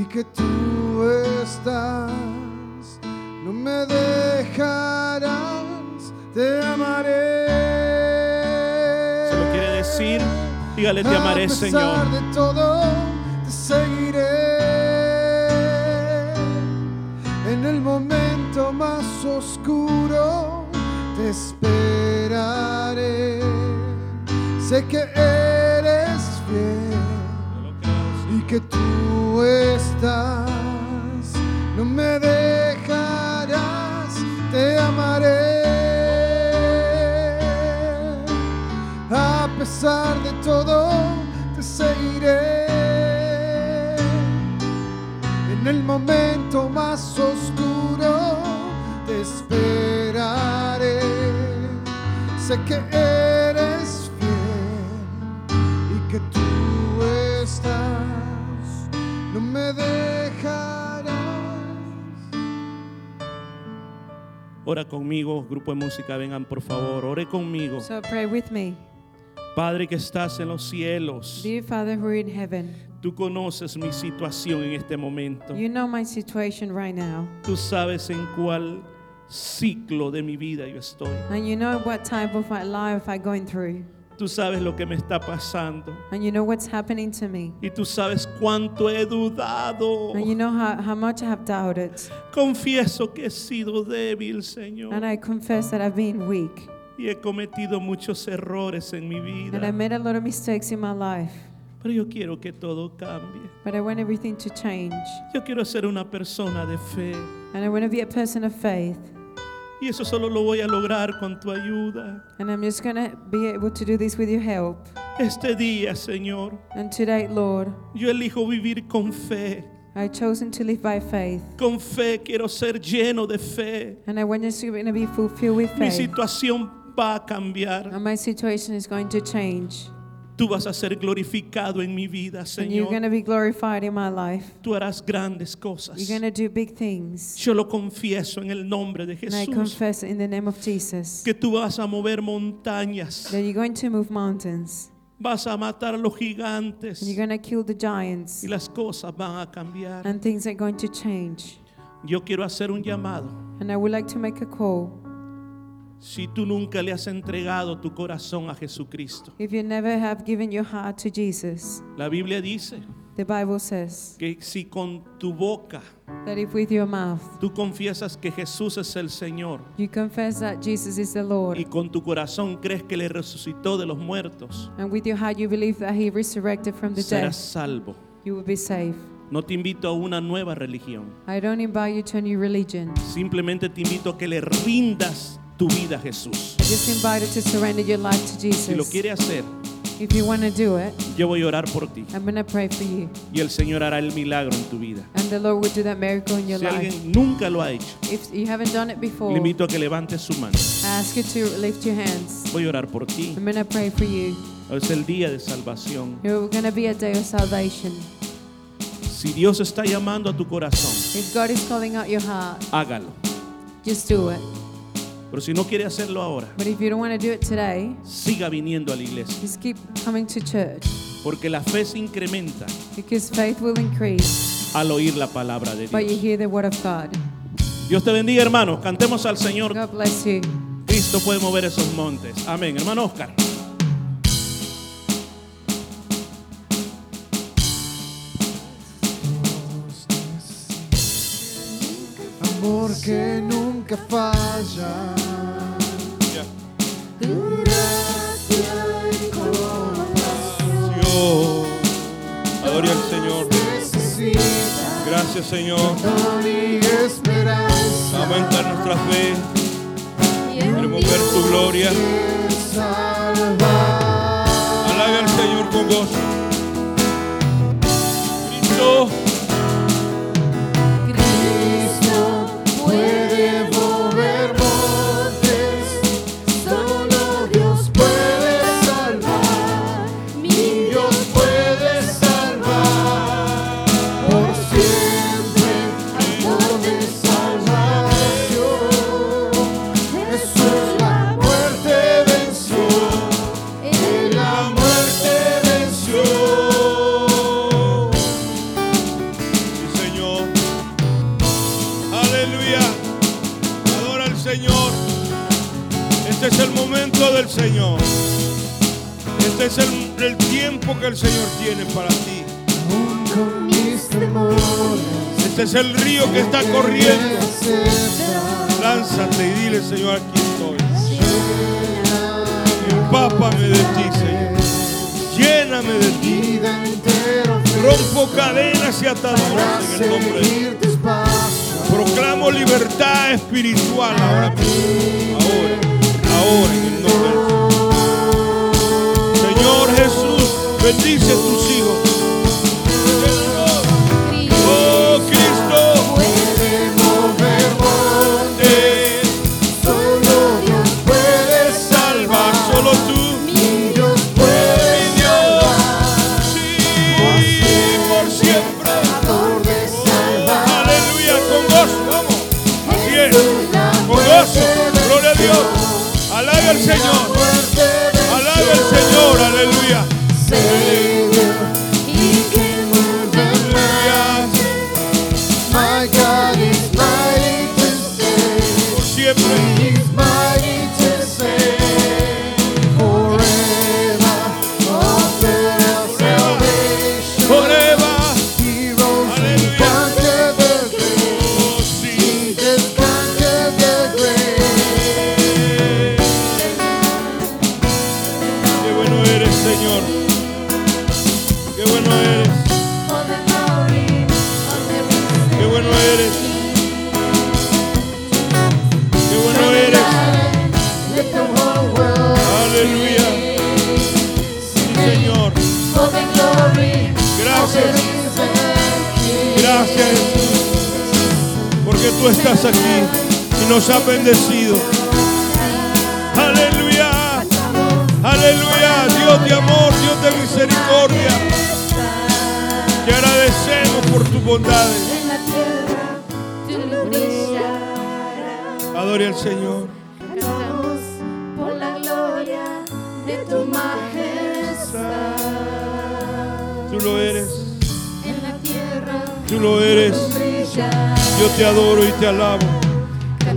Speaker 3: y que tú estás, no me dejarás, te amaré.
Speaker 1: Se lo quiere decir. Dígale, te
Speaker 3: A
Speaker 1: amaré,
Speaker 3: pesar
Speaker 1: Señor.
Speaker 3: de todo, te seguiré. En el momento más oscuro, te esperaré. Sé que eres fiel
Speaker 1: Te lo creo,
Speaker 3: y que tú estás, no me dejarás, te amaré. A pesar de todo, te seguiré. En el momento más oscuro, te esperaré. Sé que eres fiel y que tú estás, no me dejarás.
Speaker 1: Ora conmigo, grupo de música, vengan por favor, ore conmigo.
Speaker 2: So pray with me.
Speaker 1: Padre que estás en los cielos,
Speaker 2: Dear Father who are in heaven,
Speaker 1: tú conoces mi situación en este momento.
Speaker 2: you know my situation right now,
Speaker 1: Tú sabes en cuál ciclo de mi vida yo estoy.
Speaker 2: and you know what type of my life I'm going through,
Speaker 1: Tú sabes lo que me está pasando.
Speaker 2: and you know what's happening to me,
Speaker 1: Y tú sabes cuánto he dudado.
Speaker 2: and you know how, how much I have doubted,
Speaker 1: Confieso que he sido débil, Señor.
Speaker 2: and I confess that I've been weak,
Speaker 1: Y he cometido muchos errores en mi
Speaker 2: and I
Speaker 1: vida.
Speaker 2: made a lot of mistakes in my life,
Speaker 1: Pero yo quiero que todo cambie.
Speaker 2: but I want everything to change,
Speaker 1: Yo quiero ser una persona de fe.
Speaker 2: and I want to be a person of faith,
Speaker 1: Y eso solo lo voy a lograr con tu ayuda.
Speaker 2: and I'm just going to be able to do this with your help.
Speaker 1: Este día, Señor,
Speaker 2: And today, Lord,
Speaker 1: yo elijo vivir con fe.
Speaker 2: I've chosen to live by faith.
Speaker 1: Con fe quiero ser lleno de fe.
Speaker 2: And I want us to be fulfilled with
Speaker 1: Mi
Speaker 2: faith.
Speaker 1: situación va a cambiar.
Speaker 2: And my situation is going to change.
Speaker 1: Tú vas a ser glorificado en mi vida,
Speaker 2: And you're going
Speaker 1: Señor.
Speaker 2: to be glorified in my life.
Speaker 1: Tú harás grandes cosas.
Speaker 2: You're going to do big things.
Speaker 1: Yo lo confieso en el nombre de
Speaker 2: And I
Speaker 1: Jesús.
Speaker 2: confess in the name of Jesus
Speaker 1: Que tú vas a mover montañas.
Speaker 2: that you're going to move mountains.
Speaker 1: Vas a matar a los
Speaker 2: And you're
Speaker 1: gigantes.
Speaker 2: going to kill the giants.
Speaker 1: Y las cosas van a cambiar.
Speaker 2: And things are going to change.
Speaker 1: Yo quiero hacer un llamado.
Speaker 2: And I would like to make a call.
Speaker 1: Si tú nunca le has entregado tu corazón a Jesucristo.
Speaker 2: If you never have given your heart to Jesus,
Speaker 1: La Biblia dice
Speaker 2: the Bible says
Speaker 1: que si con tu boca
Speaker 2: that if with your mouth
Speaker 1: tú confiesas que Jesús es el Señor
Speaker 2: you confess that Jesus is the
Speaker 1: y
Speaker 2: Lord,
Speaker 1: con tu corazón crees que le resucitó de los muertos,
Speaker 2: and with your heart you believe that He resurrected from the dead,
Speaker 1: serás salvo.
Speaker 2: you will be saved.
Speaker 1: No te invito a una nueva religión.
Speaker 2: I don't invite you to a new religion.
Speaker 1: Simplemente te invito a que le rindas tu vida a Jesús.
Speaker 2: I just invite you to surrender your life to
Speaker 1: Si lo
Speaker 2: Jesus.
Speaker 1: quiere hacer,
Speaker 2: If you want to do it,
Speaker 1: yo voy a orar por ti
Speaker 2: I'm going to pray for you,
Speaker 1: y el Señor hará el milagro en tu vida.
Speaker 2: and the Lord will do that miracle in your
Speaker 1: Si
Speaker 2: life.
Speaker 1: alguien nunca lo ha hecho,
Speaker 2: If you haven't done it before,
Speaker 1: le
Speaker 2: I
Speaker 1: invito a que levante su mano.
Speaker 2: ask you to lift your hands.
Speaker 1: Voy a orar por ti.
Speaker 2: I'm going to pray for you.
Speaker 1: Hoy es el día de salvación.
Speaker 2: You're going to be a day of salvation.
Speaker 1: Si Dios está llamando a tu corazón,
Speaker 2: If God is calling out your heart,
Speaker 1: hágalo.
Speaker 2: just do it.
Speaker 1: Pero si no quiere hacerlo ahora,
Speaker 2: But if you don't want to do it today,
Speaker 1: siga viniendo a la iglesia.
Speaker 2: just keep coming to church
Speaker 1: Porque la fe se incrementa
Speaker 2: because faith will increase
Speaker 1: al oír la palabra de
Speaker 2: but you
Speaker 1: Dios.
Speaker 2: hear the word of God.
Speaker 1: Dios te bendiga, hermanos. Cantemos al Señor.
Speaker 2: God bless you.
Speaker 1: Cristo puede mover esos montes. Amén. Hermano Oscar.
Speaker 3: Amor que nunca falla.
Speaker 4: Dios. Adore al Señor.
Speaker 3: Necesita
Speaker 4: Gracias, Señor.
Speaker 3: mi esperanza.
Speaker 4: Aumenta nuestra fe. Queremos ver tu gloria.
Speaker 3: Salvar.
Speaker 4: Alaga al Señor con gozo. Cristo,
Speaker 3: Cristo puede mover montes. Solo Dios puede salvar. Mi Dios puede salvar. Por siempre amor de salvación. Jesús la muerte venció. Y la muerte venció.
Speaker 4: sí, Señor. Aleluya. Adora al Señor. Este es el momento del Señor. Este es el, el tiempo que el Señor tiene para ti.
Speaker 3: Aún con mis temores.
Speaker 4: Este es el río que está corriendo. Lánzate y dile, Señor, aquí estoy. Empápame de ti, Señor. Lléname de ti.
Speaker 3: Vida entero
Speaker 4: Rompo cadenas y
Speaker 3: para
Speaker 4: ataduras en el nombre de Jesús.
Speaker 3: seguir tus pasos.
Speaker 4: Proclamo libertad espiritual ahora mismo. Ahora, ahora en el nombre de Jesús. Señor Jesús, bendice tus hijos. Oh Cristo,
Speaker 3: Puede mover montes,
Speaker 4: eh,
Speaker 3: solo Dios puede
Speaker 4: salva
Speaker 3: salvar.
Speaker 4: solo tú.
Speaker 3: Mi Dios puede
Speaker 4: Mi Dios,
Speaker 3: salvar.
Speaker 4: sí, por siempre.
Speaker 3: Amor de salvar.
Speaker 4: Aleluya, con gozo, vamos. Así es, con gozo, gloria a Dios. Alaba al Señor, alaba al Señor, aleluya.
Speaker 3: Savior, He can move the
Speaker 4: Aleluya,
Speaker 3: My God is mighty to save.
Speaker 4: por siempre.
Speaker 3: He's mighty to save. Forever, author of salvation.
Speaker 4: Coreba,
Speaker 3: He rose and
Speaker 4: Aleluya.
Speaker 3: conquered the grave.
Speaker 4: oh sí.
Speaker 3: He just conquered the grave.
Speaker 4: Qué bueno eres, Señor. Qué bueno eres. Qué bueno eres. Qué bueno eres.
Speaker 3: Let the whole world
Speaker 4: Aleluya. Sí, Señor.
Speaker 3: for the glory.
Speaker 4: Gracias.
Speaker 3: He's a king.
Speaker 4: Gracias, Jesús, porque tú estás aquí y nos has bendecido. Aleluya, aleluya, Dios de amor, Dios de misericordia. Te agradecemos por tus bondades.
Speaker 5: en la tierra tú nos brillarás.
Speaker 4: Adore al Señor.
Speaker 5: Cantamos por la gloria de tu majestad.
Speaker 4: Tú lo eres,
Speaker 5: En la tierra
Speaker 4: tú lo eres.
Speaker 5: tú brillas.
Speaker 4: Yo te adoro y te alabo.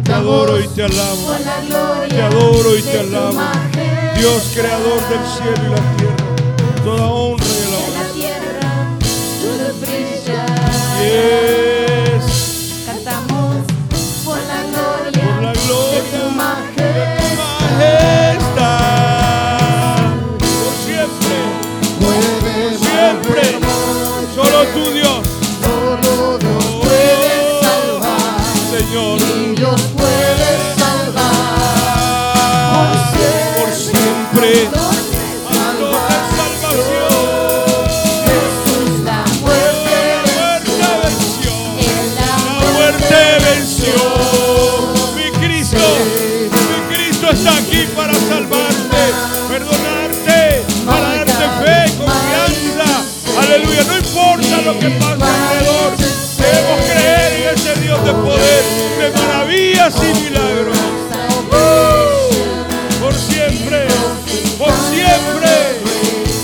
Speaker 4: Te adoro y te alabo.
Speaker 5: por la gloria
Speaker 4: Te adoro y
Speaker 5: de
Speaker 4: te
Speaker 5: tu
Speaker 4: alabo.
Speaker 5: majestad.
Speaker 4: Dios creador del cielo y la tierra. Toda honra y
Speaker 5: En
Speaker 4: alabanza.
Speaker 5: la tierra tú nos brillas.
Speaker 4: Yes.
Speaker 5: Cantamos por la gloria
Speaker 4: Por la
Speaker 5: de tu
Speaker 4: gloria de tu
Speaker 5: majestad.
Speaker 4: majestad. Por siempre,
Speaker 3: Mueve
Speaker 4: siempre. Solo tú Dios.
Speaker 3: solo Dios
Speaker 4: Oh, Señor.
Speaker 5: Y Dios puede salvar.
Speaker 4: Por siempre.
Speaker 5: Entonces,
Speaker 4: Pastor de salvación.
Speaker 5: Jesús la muerte
Speaker 4: La puerta venció.
Speaker 5: en
Speaker 4: La
Speaker 5: la
Speaker 4: muerte venció. Mi Cristo, mi Cristo está aquí para salvarte, perdonarte, para darte fe, confianza. Aleluya, no importa lo que pase alrededor, debemos creer en ese Dios de poder, de maravillas y milagros. ¡Uh! Por siempre, por siempre,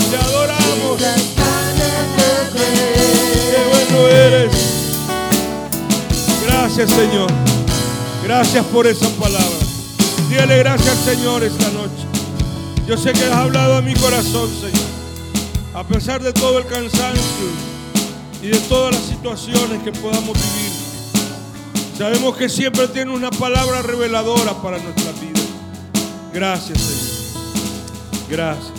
Speaker 4: te adoramos. Qué bueno eres. Gracias, Señor. Gracias por esa palabra. Dile gracias, Señor, esta noche. Yo sé que has hablado a mi corazón, Señor. A pesar de todo el cansancio y de todas las situaciones que podamos vivir, sabemos que siempre tiene una palabra reveladora para nuestra vida. Gracias, Señor. Gracias.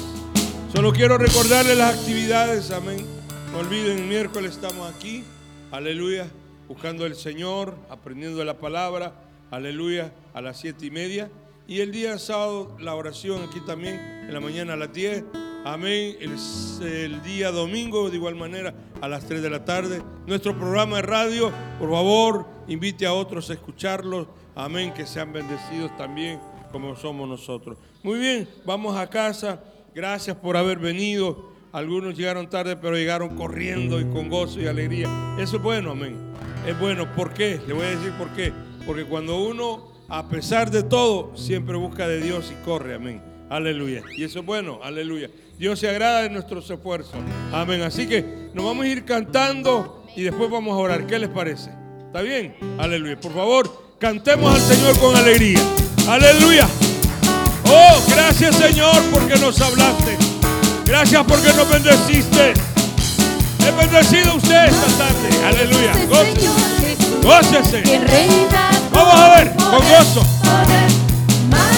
Speaker 4: Solo quiero recordarles las actividades, amén. No olviden, miércoles estamos aquí, aleluya, buscando al Señor, aprendiendo la palabra, aleluya, a las siete y media. Y el día sábado, la oración aquí también, en la mañana a las 10, amén. El, s- el día domingo, de igual manera, a las 3 de la tarde. Nuestro programa de radio, por favor, invite a otros a escucharlos, amén, que sean bendecidos también como somos nosotros. Muy bien, vamos a casa. Gracias por haber venido. Algunos llegaron tarde, pero llegaron corriendo y con gozo y alegría. Eso es bueno, amén. Es bueno. ¿Por qué? Le voy a decir por qué. Porque cuando uno, a pesar de todo, siempre busca de Dios y corre, amén. Aleluya. Y eso es bueno, aleluya. Dios se agrada de nuestros esfuerzos. Amén. Así que nos vamos a ir cantando y después vamos a orar. ¿Qué les parece? ¿Está bien? Aleluya. Por favor, cantemos al Señor con alegría. Aleluya. Oh, gracias Señor porque nos hablaste. Gracias porque nos bendeciste. He bendecido a usted esta tarde. Aleluya. Gócese. Gócese.
Speaker 5: Que reina
Speaker 4: Vamos a ver,
Speaker 5: con
Speaker 4: con
Speaker 5: poder,
Speaker 4: gozo.
Speaker 5: poder,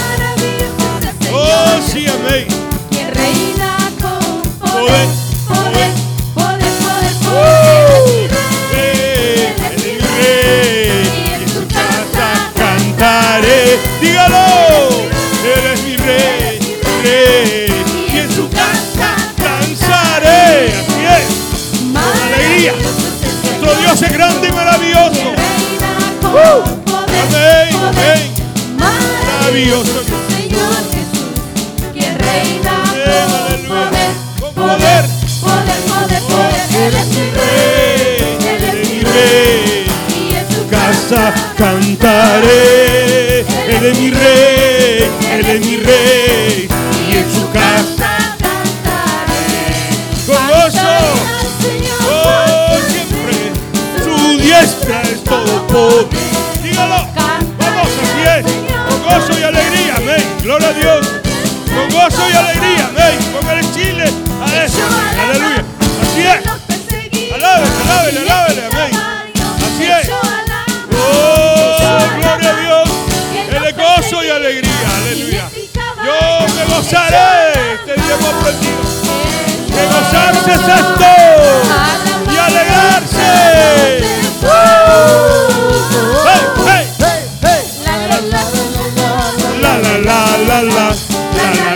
Speaker 5: maravillosa
Speaker 4: Oh,
Speaker 5: Señora,
Speaker 4: sí, amén.
Speaker 5: que reina con
Speaker 4: Poder,
Speaker 5: poder, poder, poder, poder,
Speaker 4: Uh,
Speaker 5: poder,
Speaker 4: eh,
Speaker 5: así
Speaker 4: el
Speaker 5: reina,
Speaker 4: rey. Y en su casa cantaré. Dígalo. Eres mi rey, mi rey. Y en su casa danzaré. Así es. alegría. Nuestro Dios es grande y maravilloso. Amén, amén. Maravilloso Amén, aleluya. Con poder. Rey, eres mi rey. casa cantaré. Él es mi rey, él es mi rey. Y en su casa con gozo, oh, siempre. Su diestra es todo poder. Dígalo, vamos, así es. Con gozo y alegría, amén. Gloria a Dios. Con gozo y alegría, amén. Con el chile, a eso. Aleluya. Así es. Alábele, alábele, alábele, amén. Así es. Oh, gloria a Dios. Él es gozo y alegría, aleluya. Yo me gozaré, este día hemos aprendido. Que gozarse es esto y alegrarse. Hey, hey. La la la la la la la la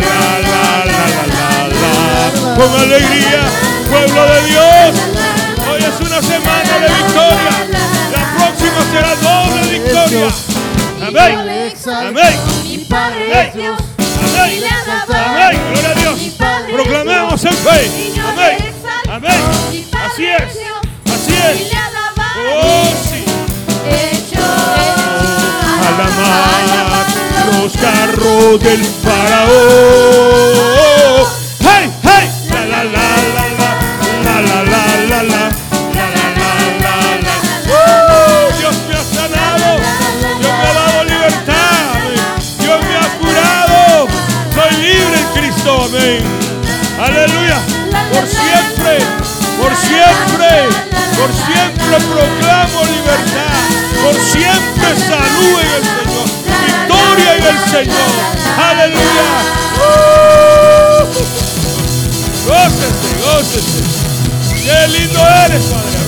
Speaker 4: la la la la la. Con alegría, pueblo de Dios. Hoy es una semana de doble victoria. La próxima será doble victoria. Amén. Amén.
Speaker 5: Mi Padre es Dios. Y
Speaker 4: Amén.
Speaker 5: le alabamos.
Speaker 4: Amén. Gloria a Dios.
Speaker 5: Mi Padre es
Speaker 4: Proclamemos
Speaker 5: Dios.
Speaker 4: en
Speaker 5: Y
Speaker 4: fe.
Speaker 5: yo
Speaker 4: Amén.
Speaker 5: le exalto.
Speaker 4: Amén.
Speaker 5: Mi Padre
Speaker 4: Así es.
Speaker 5: Dios.
Speaker 4: Así
Speaker 5: Y
Speaker 4: es.
Speaker 5: le alabamos.
Speaker 4: Oh, sí.
Speaker 5: Hecho.
Speaker 4: Alamar
Speaker 5: Alabadlo.
Speaker 4: los carros del faraón. ¡Hey, hey! La la la la la la la la la la la la la la la. ¡Uh! Dios me ha sanado, Dios me ha dado libertad, amén. Dios me ha curado, soy libre en Cristo, amén. Aleluya, por siempre, por siempre, por siempre proclamo libertad, por siempre salud en el Señor, victoria en el Señor, aleluya. ¡Uh! Gócese, gócese, qué lindo eres, Padre.